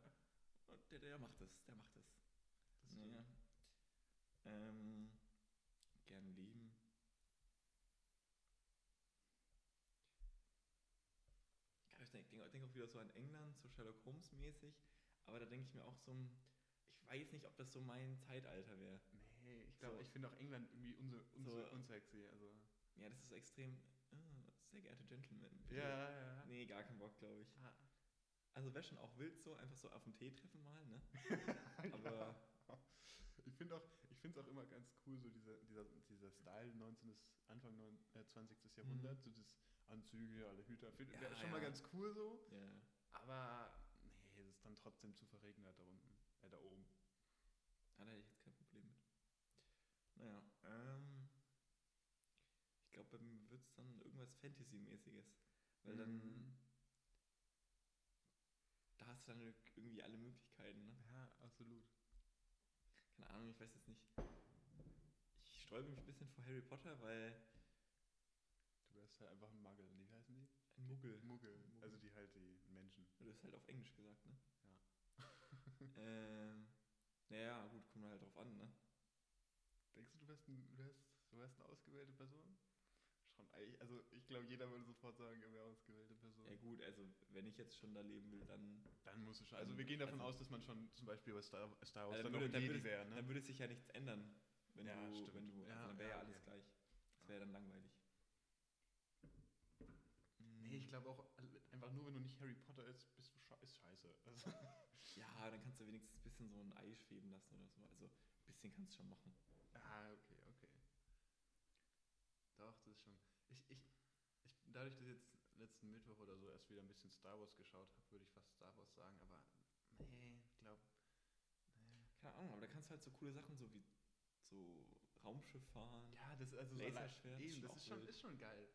Und der, der macht das, der macht das.
das stimmt.
Naja. Ähm, gern leben. Ja, Ich denke denk, denk auch wieder so an England, so Sherlock Holmes mäßig, aber da denke ich mir auch so, ein- ich weiß nicht, ob das so mein Zeitalter wäre.
Nee, Nee, ich glaube,
So.
ich finde auch England irgendwie unse, unse,
So.
unsexy. Also.
Ja, das ist extrem. Ah, sehr geehrte Gentlemen. bitte.
Ja,
Nee, gar keinen Bock, glaube ich.
Ah.
Also wäre schon auch wild so, einfach so auf einen Tee treffen mal, ne?
Aber
Aber-
ich finde auch, ich finde es auch immer ganz cool, so dieser, dieser, dieser Style 19. Anfang 9, äh, 20. Jahrhundert, so das Anzüge, alle Hüter, find,
Mhm. Ja,
wär schon
ja.
mal ganz cool so,
Ja.
aber nee, es ist dann trotzdem zu verregnet da unten, äh, da oben.
Ah, da hätte ich jetzt kein Problem mit. Naja, ähm. Ich glaube, bei mir wird es dann irgendwas Fantasy-mäßiges. Weil dann, da hast du dann irgendwie alle Möglichkeiten, ne?
Ja, absolut.
Keine Ahnung, ich weiß jetzt nicht. Ich sträube mich ein bisschen vor Harry Potter, weil
Du wärst halt einfach ein Muggel. Nee, wie heißen die?
ein Muggel.
Muggel.
Muggel.
Also die halt die Menschen.
Du hast halt auf Englisch gesagt, ne? Ähm. Naja, gut, kommt halt drauf an, ne?
Denkst du, du wärst, ein, du, wärst, du wärst eine ausgewählte Person? Schon, eigentlich- also ich glaube, jeder würde sofort sagen, er wäre ausgewählte Person.
Ja gut, also wenn ich jetzt schon da leben will, dann,
Dann muss es schon.
Dann-
Also wir gehen davon
also- äh,
aus, dass man schon zum Beispiel bei Star, Star Wars
Ja,
dann,
dann
noch
würde-
ein
dann
Jedi
würde-
wäre, ne?
dann würde sich ja nichts ändern, wenn
Ja,
du,
stimmt.
wenn du, also
Ja,
dann wäre
ja,
ja, alles
okay.
gleich. Das wäre ja dann langweilig.
nee, ich glaube auch, also, einfach nur wenn du nicht Harry Potter ist, bist du sche ist scheiße. Also,
Ja, dann kannst du wenigstens ein bisschen so ein Ei schweben lassen oder so. Also ein bisschen kannst du schon machen.
ah, okay, okay. Doch, das ist schon. Ich, ich, ich, dadurch, dass ich jetzt letzten Mittwoch oder so erst wieder ein bisschen Star Wars geschaut habe, würde ich fast Star Wars sagen, aber nee, ich glaube.
Keine Ahnung, aber da kannst du halt so coole Sachen so wie so Raumschiff fahren.
Ja, das ist also so
Laserschwert
allein-
ist schon
Eben, das
auch
ist schon,
wild.
ist schon geil.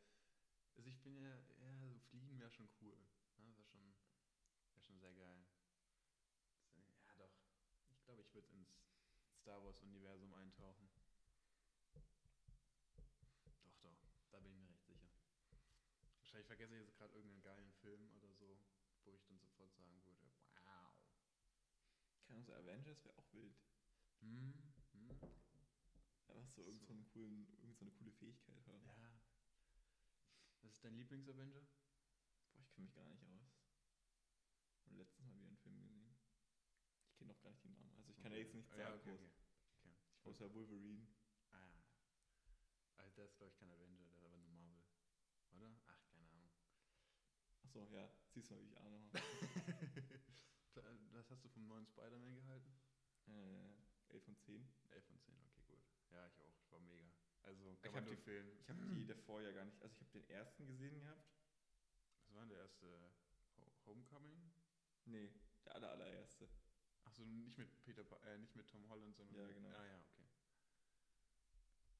Also ich bin ja, ja, so fliegen wäre schon cool. Ne? Wäre schon, wär schon sehr geil. Ja, doch. Ich glaube, ich würde ins Star Wars-Universum eintauchen. Doch, doch. Da bin ich mir recht sicher. Wahrscheinlich vergesse ich jetzt gerade irgendeinen geilen Film oder so, wo ich dann sofort sagen würde, wow.
Keine Ahnung, so Avengers wäre auch wild.
Hm, hm.
Einfach so, irgend
So.
so. Einen coolen, irgend so eine coole Fähigkeit haben.
Ja. Was ist dein Lieblings-Avenger?
Boah, ich kenne mich gar nicht aus. Ich habe letztens mal wieder einen Film gesehen. Ich kenne noch gar nicht den Namen. Also ich kann ja jetzt nicht sagen,
Ja, okay,
groß.
okay. okay. Ich wollte-
Außer Wolverine.
Ah, ja. Also das ist, glaube ich, kein Avenger, das ist aber nur Marvel. Oder? Ach, keine Ahnung.
Achso, ja, siehst du mal, wie ich Ahnung habe.
Äh, Was hast du vom neuen Spider-Man gehalten?
äh, 11 von 10.
11 von 10, okay, gut. Ja, ich auch. Ich war mega. Also, kann
Ich
man
hab
nur
die-
empfehlen.
Ich habe die davor ja gar nicht, also ich habe den ersten gesehen gehabt.
Was war denn der erste? Ho- Homecoming?
Nee, der aller, allererste.
Achso, nicht mit Peter, Pa- äh, nicht mit Tom Holland, sondern.
Ja, genau.
Ah, ja, okay.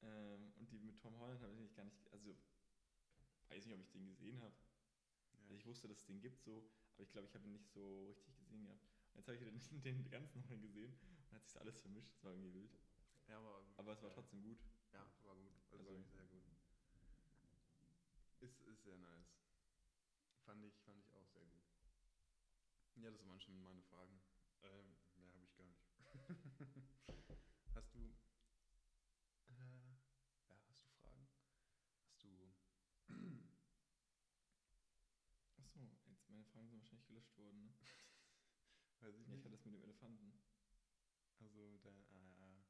Ähm, und die mit Tom Holland habe ich nicht gar nicht, also weiß nicht, ob ich den gesehen habe.
Ja,
Also ich wusste, dass es den gibt so, aber ich glaube, ich habe ihn nicht so richtig gesehen gehabt. Und jetzt habe ich den, den ganz neuen gesehen und hat sich da alles vermischt. Das war irgendwie wild.
ja, aber,
Aber es war
äh,
trotzdem gut.
Ja, war gut. Also,
Also-
war wirklich sehr gut. Ist, ist sehr nice. Fand ich, fand ich auch sehr gut. Ja, das waren schon meine Fragen. Ähm, mehr habe ich gar nicht. hast du. Äh, ja, hast du Fragen? Hast du.
Achso, jetzt meine Fragen sind wahrscheinlich gelöscht worden, ne?
Weiß ich
Ja, ich
nicht.
hatte das mit dem Elefanten.
Also, der. Äh,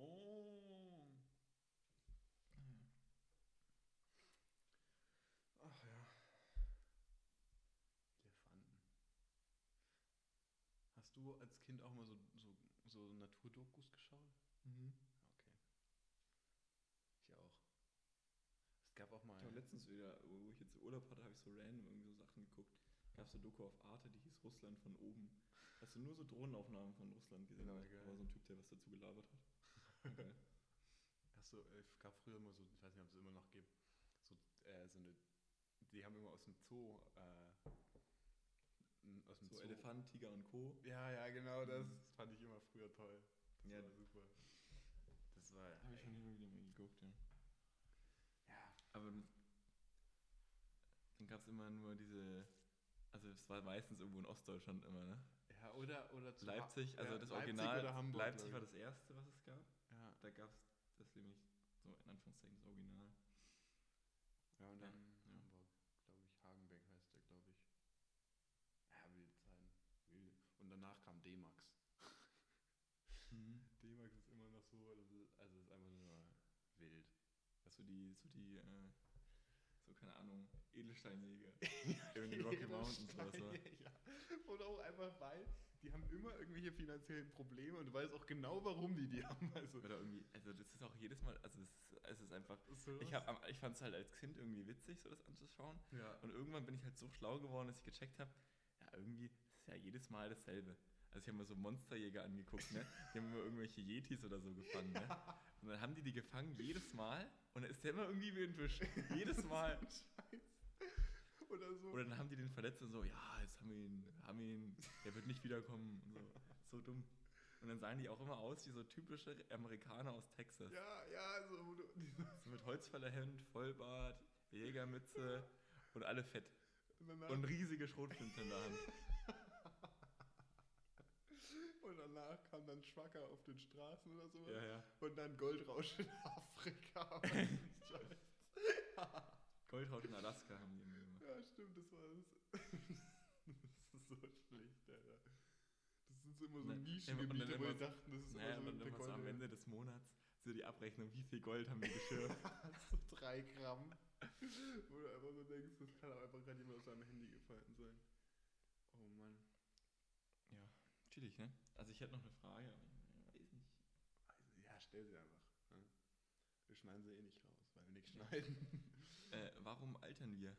strong. Ach ja. Elefanten. Hast du als Kind auch mal so, so, so Naturdokus geschaut?
Mhm.
Ich auch. Es gab auch mal.
Ich habe letztens wieder, wo ich jetzt Urlaub hatte, habe ich so random irgendwie so Sachen geguckt. Gab es eine Doku auf Arte, die hieß Russland von oben. Hast du nur so Drohnenaufnahmen von Russland gesehen?
Ja,
aber
geil.
aber so ein Typ, der was dazu gelabert hat. Geil.
Hast du, äh, es gab früher mal so, ich weiß nicht, ob es immer noch gibt, so, äh, so eine. Die haben immer aus dem Zoo. Äh, n- aus dem
So
Zoo.
Elefant, Tiger und Co.
Ja, ja, genau, das
Mhm.
fand ich immer früher toll. Das
Ja.
war super. Das war.
Habe ich schon immer wieder mal geguckt, ja.
ja,
Aber dann gab es immer nur diese, also es war meistens irgendwo in Ostdeutschland immer, ne?
ja, oder, oder zu Ha-
Leipzig, also
ja,
das
Leipzig
Original.
Oder Hamburg,
Leipzig war
glaub
das erste, was es gab.
ich. Ja.
Da gab es das nämlich so in Anführungszeichen das Original.
Ja, und
Ja,
dann
ja.
Hamburg, glaube ich. Hagenbeck heißt der, glaube ich. Ja, wild sein. Wild. Und danach kam D-Max.
Mhm.
D-Max ist immer noch so, das ist, also es ist einfach nur wild.
Also die, so die, äh, so keine Ahnung, Edelsteinjäger. Irgendwie
Die
Rocky Mountains oder so.
Edelsteine, ja. Und auch einfach weil, die haben immer irgendwelche finanziellen Probleme und du weißt auch genau, warum die die haben. Also,
Oder irgendwie, also das ist auch jedes Mal, also es, ist- es ist einfach.
so
Ich, hab, am- ich fand es halt als Kind irgendwie witzig, so das anzuschauen.
ja.
Und irgendwann bin ich halt so schlau geworden, dass ich gecheckt habe, ja, irgendwie das ist ja jedes Mal dasselbe. Also ich habe mir so Monsterjäger angeguckt, ne? Die haben immer irgendwelche Yetis oder so gefangen, ne? Und dann haben die die gefangen jedes Mal und dann ist der immer irgendwie windwisch. Jedes Mal.
Oder so.
Oder dann haben die den verletzt und so, ja, jetzt haben wir ihn, haben wir ihn, der wird nicht wiederkommen. Und so. so dumm. Und dann sahen die auch immer aus wie so typische Amerikaner aus Texas.
ja, ja, so. wo du-
So mit Holzfällerhemd, Vollbart, Jägermütze und alle fett.
Danach,
Und riesige Schrotflinten in der Hand.
und danach kam dann Schwacker auf den Straßen oder so.
Ja, ja.
Und dann Goldrausch in Afrika. ja,
Goldhaut in Alaska haben die immer gemacht.
stimmt, das war das. das ist so schlecht, Alter. Das sind so immer so
Nein, und dann
Nischengebiete,
Ne,
wo
immer
wir
so-
dachten, das ist
Naja,
immer
und
so
dann
der
immer so am
Goldene.
Ende des Monats so die Abrechnung, wie viel Gold haben die geschürft.
so drei Gramm. Wo du einfach so denkst, das kann auch einfach gerade jemand aus seinem Handy gefallen sein. Oh Mann.
ja, chillig, ne? Also ich hätte noch eine Frage, aber ich weiß nicht.
Also, ja, stell sie einfach. Ne? Wir schneiden sie eh nicht raus, weil wir nichts schneiden.
Äh, warum altern wir?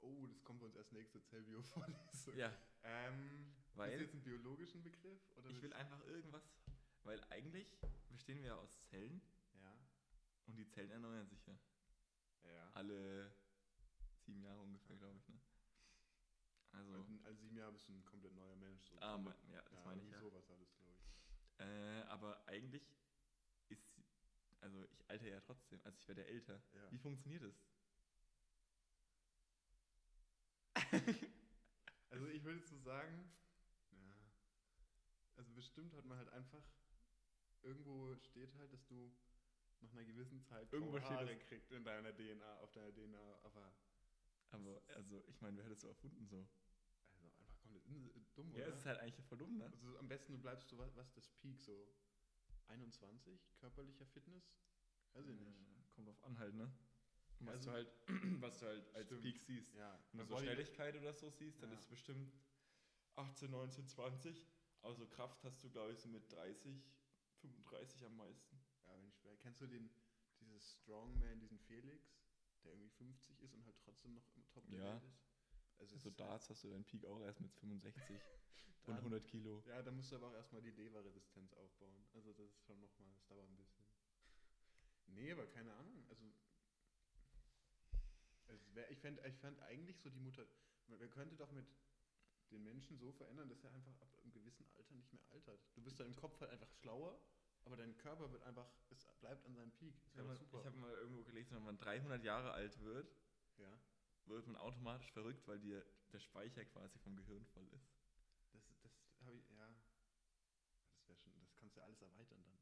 Oh, das kommt bei uns erst nächste Zellbio-Vorlesung.
Ja,
Ähm,
Weil-
Ist das jetzt ein biologischen Begriff? Oder
ich will
willst-
einfach irgendwas, weil eigentlich bestehen wir ja aus Zellen
Ja.
und die Zellen erneuern sich ja.
Ja.
Alle sieben Jahre ungefähr, glaube ich, ne? Also,
Und in also sieben Jahren bist du ein komplett neuer Mensch. So
ah, mein, ja, das
ja,
meine ich
irgendwie
ja.
sowas hat es, glaube ich.
Äh, aber eigentlich ist, also ich alter ja trotzdem, also ich werde ja älter.
Ja.
Wie funktioniert das?
Also ich würde so sagen, ja. Also bestimmt hat man halt einfach, irgendwo steht halt, dass du nach einer gewissen Zeit
Irgendwo
graue
steht
Haare kriegst in deiner DNA, auf deiner DNA, aber
Aber also ich meine, wer hat das so erfunden so?
also einfach komplett in- dumm,
Ja,
oder?
es ist halt eigentlich voll dumm, ne?
also am besten du bleibst so, was, was ist das Peak, so 21, körperlicher Fitness? Weiß ich nicht.
Äh, Kommt drauf an halt, ne? Und Was
Also-
du halt, was du halt als
Stimmt.
Peak siehst.
Ja,
Wenn du
bei
so
Body-
Also Schnelligkeit oder so siehst, dann
Ja.
ist bestimmt 18, 19, 20. Also Kraft hast du, glaube ich, so mit 30, 35 am meisten.
Ja, wenn ich schwer. Kennst du den, dieses Strongman, diesen Felix, der irgendwie 50 ist und halt trotzdem noch im Top der
Ja.
Welt ist? Also es
Also
ist halt-
Darts hast du deinen Peak auch erst mit 65 und
Da-
100 Kilo.
Ja, da musst du aber auch erstmal die Leberresistenz aufbauen. Also das ist schon nochmal, das dauert ein bisschen. Nee, aber keine Ahnung. Also, also es wär, ich fände ich fänd eigentlich so die Mutter, man man könnte doch mit den Menschen so verändern, dass er einfach ab einem gewissen Alter nicht mehr altert. Du bist dann im Kopf halt einfach schlauer, aber dein Körper wird einfach, es bleibt an seinem Peak. Das
Wenn
wäre
man,
doch super.
Ich habe mal irgendwo gelesen, wenn man 300 Jahre alt wird,
ja.
wird man automatisch verrückt, weil dir der Speicher quasi vom Gehirn voll ist.
Das, das habe ich, ja. Das wäre schon, das kannst du ja alles erweitern dann.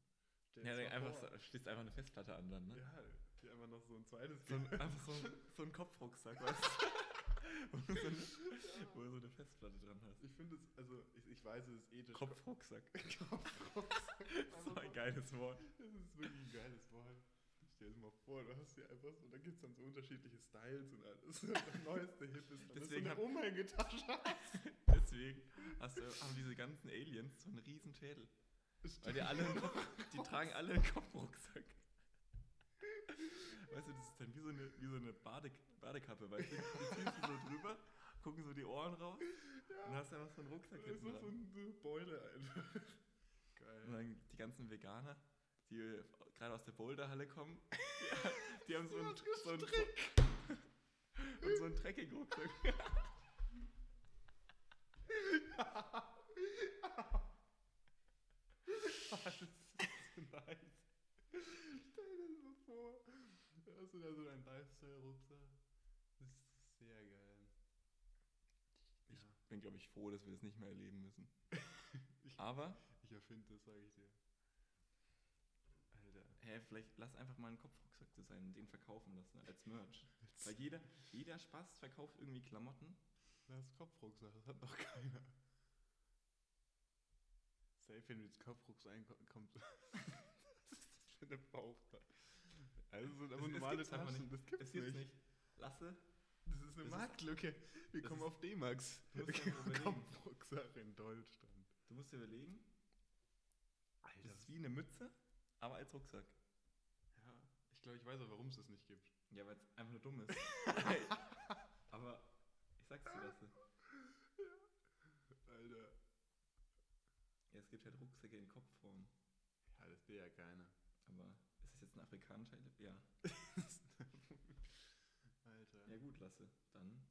Stell
Ja,
dir
dann
das mal
einfach,
vor.
so- schließt einfach eine Festplatte an dann, ne?
Ja, die einfach noch so ein zweites
So ein,
Gehirn.
einfach so ein, so ein Kopfrucksack, weißt du? Wo du so eine- Wo du so eine Festplatte dran hast.
Ich finde es, also ich, ich weiß, es ist ethisch.
Kopfrucksack.
Kopfrucksack.
So ein geiles Wort.
Das ist wirklich ein geiles Wort. Stell dir das mal vor, du hast hier einfach so, da gibt es dann so unterschiedliche Styles und alles. Und das neueste Hip ist dann dass
Deswegen
du
hab-
eine Umhängetasche.
Deswegen hast du, haben diese ganzen Aliens so einen riesen Schädel.
hast.
Weil die alle einen Kopf, die tragen alle einen Kopfrucksack. Weißt du, das ist dann wie so eine, wie so eine Bade, Badekappe, weißt du? Die ziehst du so drüber, gucken so die Ohren raus und hast einfach so einen
Da
Rucksack
ist
hinten
noch so
dran.
eine Beule einfach. Geil.
Und dann die ganzen Veganer, die gerade aus der Boulderhalle kommen, die, die haben so einen, so einen, so, und so einen Trekking-Rucksack.
Das ist so nice. Stell dir das mal vor. Da hast du da so einen Lifestyle-Rucksack. Das ist sehr geil.
Ich-
Ja,
bin, glaube ich, froh, dass wir das nicht mehr erleben müssen.
Ich-
Aber,
ich erfinde das, sage ich dir. Alter.
hä, vielleicht lass einfach mal einen Kopfrucksack zu sein und den verkaufen lassen als Merch. Weil jeder, jeder Spaß verkauft irgendwie Klamotten.
Das ist Kopfrucksack, das hat noch keiner. Safe, wenn du jetzt Köpfrucks reinkommst. das ist für eine Bauch da. Also sind aber
Das- das
normale
gibt's einfach
Taschen,
nicht.
das gibt's,
Das gibt's
nicht.
nicht. Lasse,
Das ist eine
Das ist-
Marktlücke. Wir
das
kommen
ist-
auf D-Max.
Du musst dir einfach überlegen.
Kopfrucksache in Deutschland.
du musst dir überlegen,
Alter,
das ist wie eine Mütze, aber als Rucksack.
ja, ich glaube, ich weiß auch, warum es das nicht gibt.
Ja, weil es einfach nur dumm ist. aber ich sag's dir, Lasse.
Alter.
Ja, es gibt halt Rucksäcke in Kopfform.
Ja, das will ja keiner.
Aber ist das jetzt ein afrikanischer Elef- Ja.
Alter.
Ja gut, Lasse. Dann.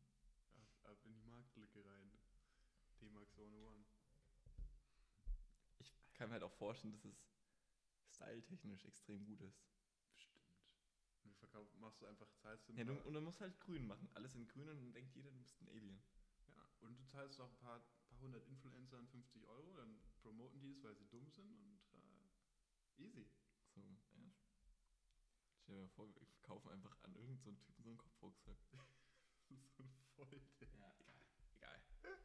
Ab, ab in die Marktlücke rein. D-Max oh Zone One.
Ich kann mir halt auch vorstellen, dass es styletechnisch extrem gut ist.
Bestimmt. Und du verkauf, machst du einfach, zahlst du ein
Ja, du,
paar-
und du musst halt grün machen. Alles in grün und dann denkt jeder, du bist ein Alien.
ja, und du zahlst auch ein paar, paar hundert Influencern 50 Euro, dann promoten die es, weil sie dumm sind und äh, easy.
So, ja. Stell dir mal vor, wir kaufen einfach an irgendeinen so einen Typen so einen Kopfrucksack.
so ein Volldeck.
Ja, egal. Egal.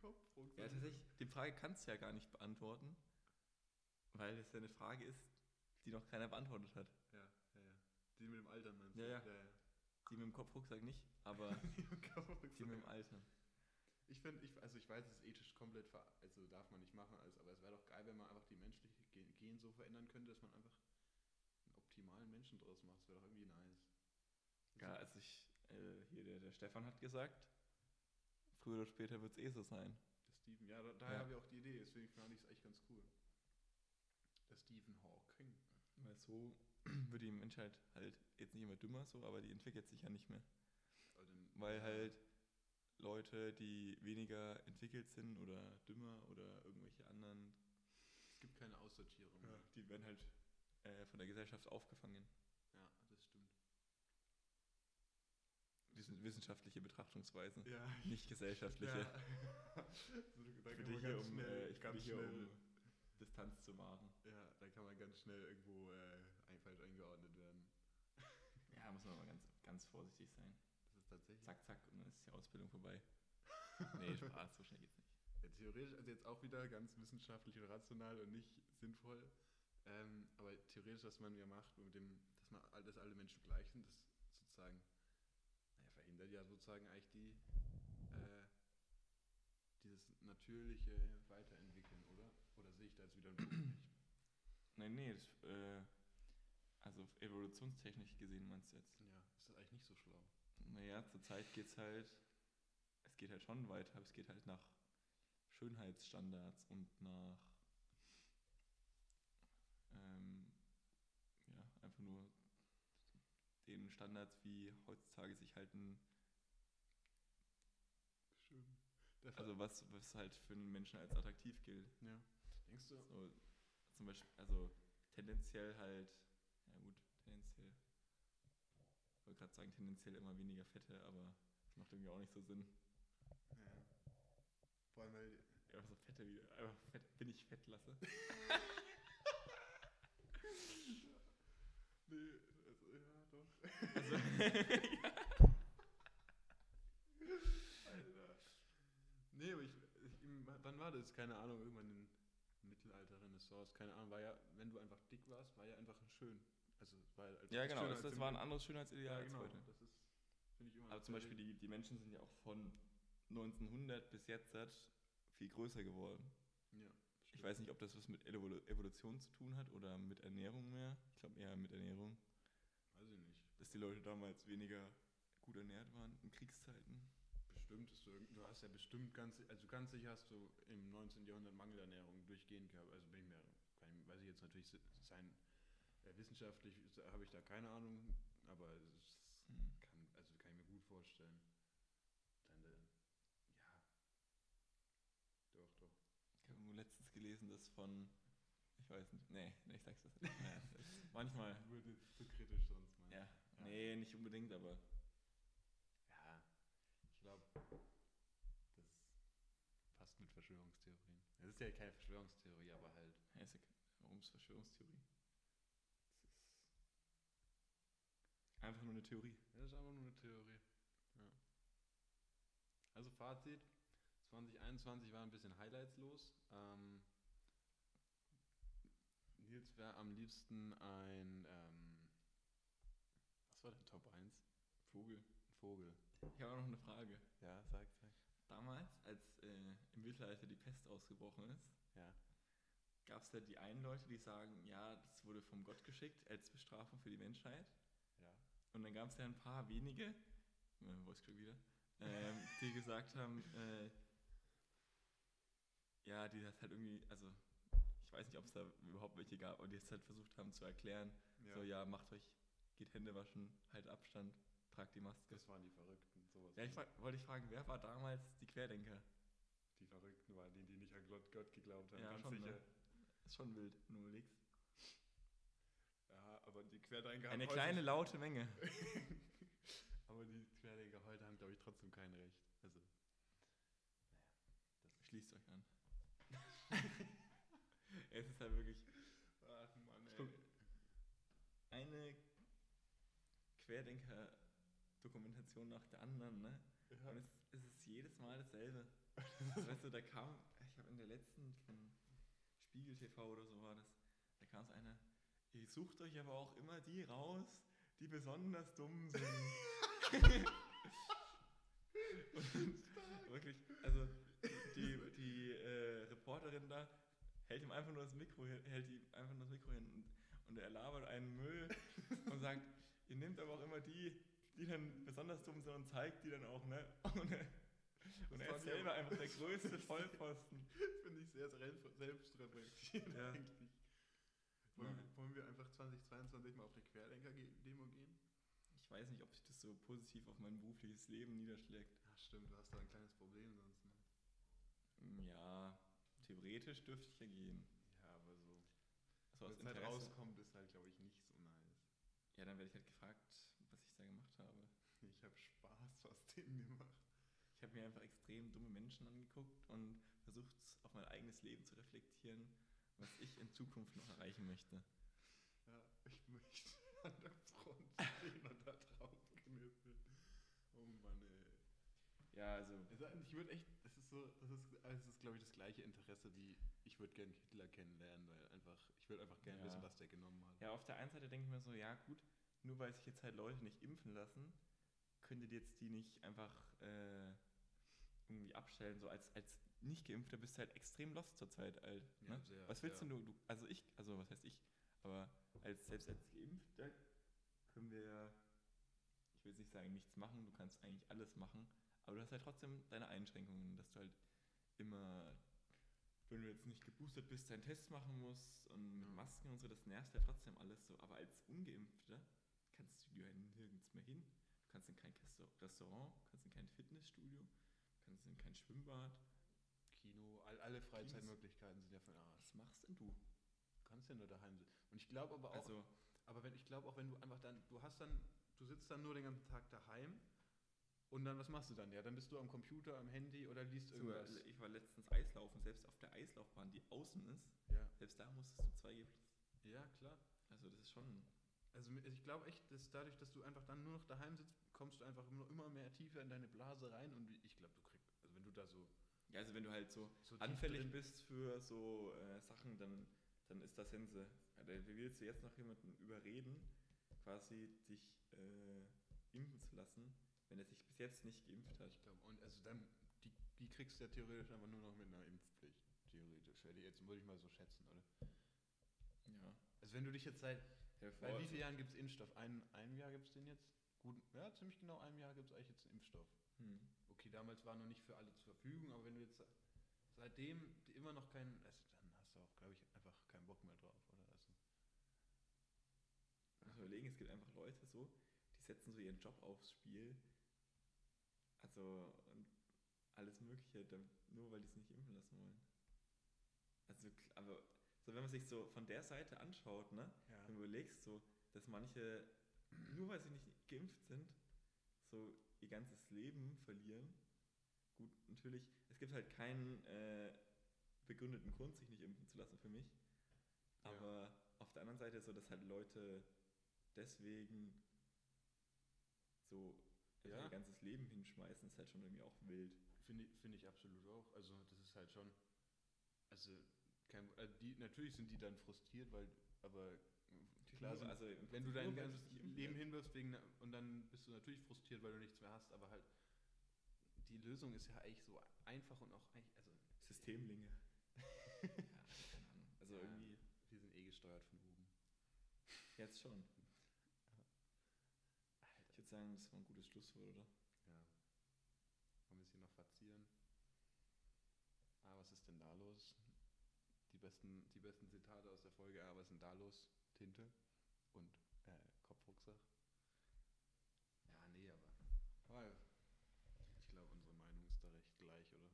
Kopfrucksack.
Ja, tatsächlich, die Frage kannst du ja gar nicht beantworten, weil es ja eine Frage ist, die noch keiner beantwortet hat.
Ja, ja, ja. Die mit dem Alter meinst
Ja,
du?
ja.
ja.
Die mit dem Kopfrucksack nicht, aber
Die mit dem Kopfrucksack.
die mit dem Alter.
Ich finde, ich, also ich weiß, es ist ethisch komplett, ver also darf man nicht machen, also, aber es wäre doch geil, wenn man einfach die menschliche Gen, Gen so verändern könnte, dass man einfach einen optimalen Menschen draus macht. Das wäre doch irgendwie nice.
Ja, also ich, äh, hier der, der Stefan hat gesagt, früher oder später wird es eh so sein.
Der Stephen, ja, da, daher
Ja.
habe ich auch die Idee, deswegen fand ich es echt ganz cool. Der Stephen Hawking.
Weil so wird die Menschheit halt jetzt nicht immer dümmer so, aber die entwickelt sich ja nicht mehr.
Aber dann-
Weil halt Leute, die weniger entwickelt sind oder dümmer oder irgendwelche anderen,
Es gibt keine Aussortierung. Ja,
die werden halt äh, von der Gesellschaft aufgefangen.
das stimmt.
Das sind wissenschaftliche Betrachtungsweisen,
Ja,
nicht gesellschaftliche.
da
Für
kann
dich
man
hier,
ganz
um, äh,
schnell,
ich bin
ganz
hier,
schnell,
um Distanz zu wahren.
ja, da kann man ganz schnell irgendwo äh, ein- falsch eingeordnet werden.
Ja, muss man aber ganz, ganz vorsichtig sein.
Das ist tatsächlich.
Zack, zack, und dann ist die Ausbildung vorbei. Nee, Spaß, so schnell geht's nicht.
Ja, theoretisch, also jetzt auch wieder ganz wissenschaftlich und rational und nicht sinnvoll. Ähm, aber theoretisch, was man ja macht, mit dem, dass man all- dass alle Menschen gleich sind, das sozusagen naja, verhindert ja sozusagen eigentlich die äh, dieses natürliche Weiterentwickeln, oder? Oder sehe ich da jetzt wieder einen Punkt nicht?
Nee, nee, das, äh, also evolutionstechnisch gesehen meinst du jetzt.
Ja, das ist eigentlich nicht so schlau.
Naja, zurzeit geht's halt, es geht halt schon weiter, aber es geht halt nach Schönheitsstandards und nach ähm, ja, einfach nur den Standards, wie heutzutage sich halt ein,
Schön. Das also,
also was, was halt für einen Menschen als attraktiv gilt.
ja. Denkst du,
So, zum Beispiel, also tendenziell halt, ja gut, tendenziell, ich wollte gerade sagen, tendenziell immer weniger Fette, aber das macht irgendwie auch nicht so Sinn.
ja. vor allem, weil
Ja, aber so fette wieder. Einfach fett, bin ich fett lasse.
Nee, also, ja,
Also,
doch. Also Alter. Nee, aber ich, ich, im- wann war das? Keine Ahnung, irgendwann im Mittelalter, Renaissance, keine Ahnung, war ja, wenn du einfach dick warst, war ja einfach schön. Also, es war einfach
ja, genau.
schöner
Das,
als
das
im-
war ein anderes Schönheitsideal
Ja, genau.
als heute.
Das ist, finde ich immer.
Aber zum Beispiel, die, die Menschen sind ja auch von 1900 bis jetzt hat viel größer geworden.
Ja,
Ich weiß nicht, ob das was mit Evolu Evolution zu tun hat oder mit Ernährung mehr. Ich glaube eher mit Ernährung.
Weiß ich nicht.
Dass die Leute damals weniger gut ernährt waren in Kriegszeiten.
Bestimmt ist du, irgend- du hast ja bestimmt ganz, also ganz sicher hast du im 19. Jahrhundert Mangelernährung durchgehend gehabt. Also bin ich mir, kann ich, weiß ich jetzt natürlich si- sein, äh, wissenschaftlich ist- habe ich da keine Ahnung, aber es ist,
Mhm.
Kann, also kann ich mir gut vorstellen. Dann, äh, ja. Doch, doch.
Ich habe irgendwo letztens gelesen, dass von. Ich weiß nicht. Nee, nee ich sag's das nicht. Ja, das ist manchmal.
Würde zu kritisch sonst mal.
Ja. Nee, nicht unbedingt, aber.
Ja. Ich glaube, das passt mit Verschwörungstheorien. Es ist ja keine Verschwörungstheorie, aber halt.
Ja, ist ja ke- warum ist Verschwörungstheorie? Das ist einfach nur eine Theorie.
Ja, das ist einfach nur eine Theorie. Ja. Also Fazit, es
2021 war ein bisschen highlightslos. Ähm, Nils wäre am liebsten ein, ähm, was war der Top 1?
Vogel.
Ein Vogel.
Ich habe auch noch eine Frage.
Ja, sag, sag.
Damals, als äh, im Mittelalter die Pest ausgebrochen ist,
Ja.
gab es da die einen Leute, die sagen, ja, das wurde vom Gott geschickt als Bestrafung für die Menschheit.
Ja.
Und dann gab es ja ein paar wenige, äh, Voice Crack wieder, ähm, die gesagt haben, äh, ja, die hat halt irgendwie, also ich weiß nicht, ob es da überhaupt welche gab, aber die es halt versucht haben zu erklären,
Ja.
so ja, macht euch, geht Hände waschen, halt Abstand, tragt die Maske.
Das waren die Verrückten. Sowas.
Ja, ich fra- wollte ich fragen, wer war damals die Querdenker?
die Verrückten waren die, die nicht an Gott, Gott geglaubt haben.
Ja,
ganz
schon,
sicher.
ne? Ist schon wild, wenn du überlegst.
Ja, aber die Querdenker
Eine
haben
kleine laute Menge.
Aber die Querdenker heute haben, glaube ich, trotzdem kein Recht. Also,
Schließt euch an. es ist halt wirklich
Ach Mann, ey.
Stimmt. eine Querdenker-Dokumentation nach der anderen, ne?
Ja.
Und es, es ist jedes Mal dasselbe. weißt du, da kam, ich habe in der letzten von Spiegel TV oder so war das, da kam es einer, ihr sucht euch aber auch immer die raus, die besonders dumm sind. Und wirklich, also die, die äh, Reporterin da hält ihm einfach nur das Mikro hin, hält ihm einfach nur das Mikro hin und, und er labert einen Müll und sagt, ihr nehmt aber auch immer die, die dann besonders dumm sind und zeigt die dann auch, ne? Und er, und er
war
ist
die-
selber einfach der größte Vollpfosten.
Finde ich sehr selbst- selbstreflektierend
Ja.
eigentlich. Wollen,
Nein.
wollen wir einfach 2022 mal auf eine Querdenker-Demo gehen?
Ich weiß nicht, ob sich das so positiv auf mein berufliches Leben niederschlägt.
Ja, stimmt, du hast da ein kleines Problem sonst. Ne?
Ja, theoretisch dürfte ich ja gehen.
Ja, aber so.
So aus
Wenn es halt
Interesse.
rauskommt, ist halt, glaube ich, nicht so nice.
Ja, dann werde ich halt gefragt, was ich da gemacht habe.
Ich habe Spaß was denen gemacht.
Ich habe mir einfach extrem dumme Menschen angeguckt und versucht, auf mein eigenes Leben zu reflektieren, was ich in Zukunft noch erreichen möchte.
Ja, ich möchte an der Front stehen und da Trauben knüppeln. Oh Mann, ey.
Ja, also.
Es ist eigentlich- Ich würde echt, das ist so, das ist, also es ist glaube ich das gleiche Interesse wie, ich würde gerne Hitler kennenlernen, weil einfach, ich würde einfach gerne
Ja.
wissen, was der genommen hat.
Ja, auf der einen Seite denke ich mir so, ja gut, nur weil sich jetzt halt Leute nicht impfen lassen, könntet ihr jetzt die nicht einfach äh, irgendwie abstellen. So als, als Nicht-Geimpfter bist du halt extrem lost zur Zeit alt.
Ja,
ne?
sehr,
was willst
ja.
denn du, du? Also ich, also was heißt ich, aber als selbst als Geimpfter können wir ja, ich will jetzt nicht sagen, nichts machen, du kannst eigentlich alles machen, aber du hast halt trotzdem deine Einschränkungen, dass du halt immer, wenn du jetzt nicht geboostert bist, deinen Test machen musst und mit
Ja.
Masken und so, das nervt ja trotzdem alles so. Aber als Ungeimpfter kannst du ja nirgends mehr hin. Du kannst in kein Restaur- Restaurant, du kannst in kein Fitnessstudio, du kannst in kein Schwimmbad.
Kino, all, alle Freizeitmöglichkeiten sind ja von Arsch.
Was machst denn du?
Du kannst ja nur daheim sitzen. Und ich glaube aber auch,
Also,
aber wenn ich glaube auch, wenn du einfach dann, du hast dann, du sitzt dann nur den ganzen Tag daheim und dann was machst du dann? Ja, dann bist du am Computer, am Handy oder liest
so,
irgendwas.
ich war letztens Eislaufen, selbst auf der Eislaufbahn, die außen ist,
Ja,
selbst da musstest du 2G.
ja klar.
Also, das ist schon.
Also mi- ich glaube echt, dass dadurch, dass du einfach dann nur noch daheim sitzt, kommst du einfach immer- immer mehr tiefer in deine Blase rein und ich glaube, du kriegst, also wenn du da so,
Ja, also, wenn du halt so
so tief
anfällig
drin-
bist für so äh, Sachen, dann, dann ist das Sense. Also, wie willst du jetzt noch jemanden überreden, quasi dich äh, impfen zu lassen, wenn er sich bis jetzt nicht geimpft hat?
Ich glaube, und also dann, die, die kriegst du ja theoretisch einfach nur noch mit einer Impfpflicht. Theoretisch, hätte ich jetzt, würde ich mal so schätzen, oder?
Ja.
Also wenn du dich jetzt seit, seit
Hervor,
wie vielen Jahren gibt es Impfstoff? Ein, einem Jahr gibt es den jetzt? Gut, ja, ziemlich genau einem Jahr gibt es eigentlich jetzt einen Impfstoff.
hm.
Okay, damals war noch nicht für alle zur Verfügung, aber wenn du jetzt seitdem immer noch keinen, also dann hast du auch, glaube ich, einfach keinen Bock mehr drauf, oder? Also,
muss man überlegen, es gibt einfach Leute so, die setzen so ihren Job aufs Spiel. Also und alles Mögliche, dam- nur weil die es nicht impfen lassen wollen. Also, k- aber so, wenn man sich so von der Seite anschaut, ne,
ja.
wenn du überlegst, so, dass manche, nur weil sie nicht geimpft sind, so ihr ganzes Leben verlieren. Gut, natürlich, es gibt halt keinen äh, begründeten Grund, sich nicht impfen zu lassen für mich.
Ja.
Aber auf der anderen Seite so, dass halt Leute deswegen so einfach
Ja.
ihr ganzes Leben hinschmeißen, ist halt schon irgendwie auch wild.
Finde ich, finde ich absolut auch. Also das ist halt schon, also, kein, also die, natürlich sind die dann frustriert, weil, aber klar, sind,
also im Prinzip
wenn du dein
nur, weil
ganzes
sie halt nicht
Leben hinwirfst wegen, einer- und dann bist du natürlich frustriert, weil du nichts mehr hast, aber halt die Lösung ist ja eigentlich so einfach und auch eigentlich, also
Systemlinge. ja, keine Ahnung. Also
Ja.
irgendwie
wir sind eh gesteuert von oben.
jetzt schon. Ich
Alter.
würde sagen, das war ein gutes Schlusswort, oder?
Ja. Wollen wir es hier noch verzieren? Ah, was ist denn da los? Die besten, die besten Zitate aus der Folge, ah, was ist denn da los? Tinte und äh, Kopfrucksack. Ja, nee, aber. aber ich glaube, unsere Meinung ist da recht gleich, oder?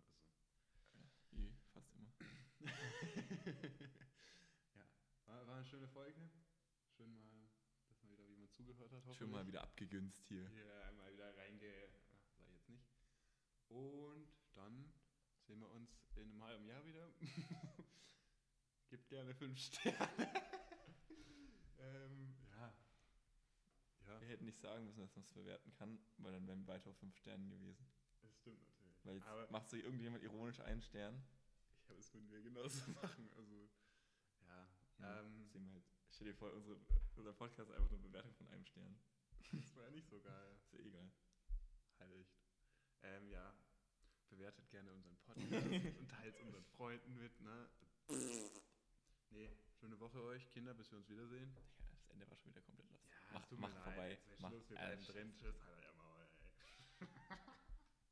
Je, fast immer.
Also. ja, war, war eine schöne Folge. Schön mal, dass mal wieder jemand zugehört hat.
Schön mal
hoffentlich.
wieder abgegünst hier.
Hier einmal wieder reinge... Ach, sag ich jetzt nicht. Und dann sehen wir uns in einem halben Jahr wieder. Gibt gerne fünf Sterne. ähm, ja. Ja,
Wir hätten nicht sagen müssen, dass man es verwerten kann, weil dann wären wir weiter auf 5 Sternen gewesen.
Das stimmt natürlich.
Weil jetzt
Aber
macht sich irgendjemand ironisch einen Stern.
ich habe es mit mir genauso machen. Also,
ja.
Ja,
Ähm,
sehen wir halt. Stell dir vor, unsere, unser Podcast ist einfach nur eine Bewertung von einem Stern.
das war ja nicht so geil.
Ist ja egal.
halt echt. Ähm, ja. Bewertet gerne unseren Podcast und teilt unseren Freunden mit, ne? Nee, schöne Woche euch, Kinder, bis wir uns wiedersehen.
Ja, das Ende war schon wieder komplett los.
Ja,
Mach-
es tut mir
mach
leid.
vorbei.
Jetzt wär
Mach-
Schluss, wir
äh,
bleiben drin. Tschüss, halt euer Maul, ey.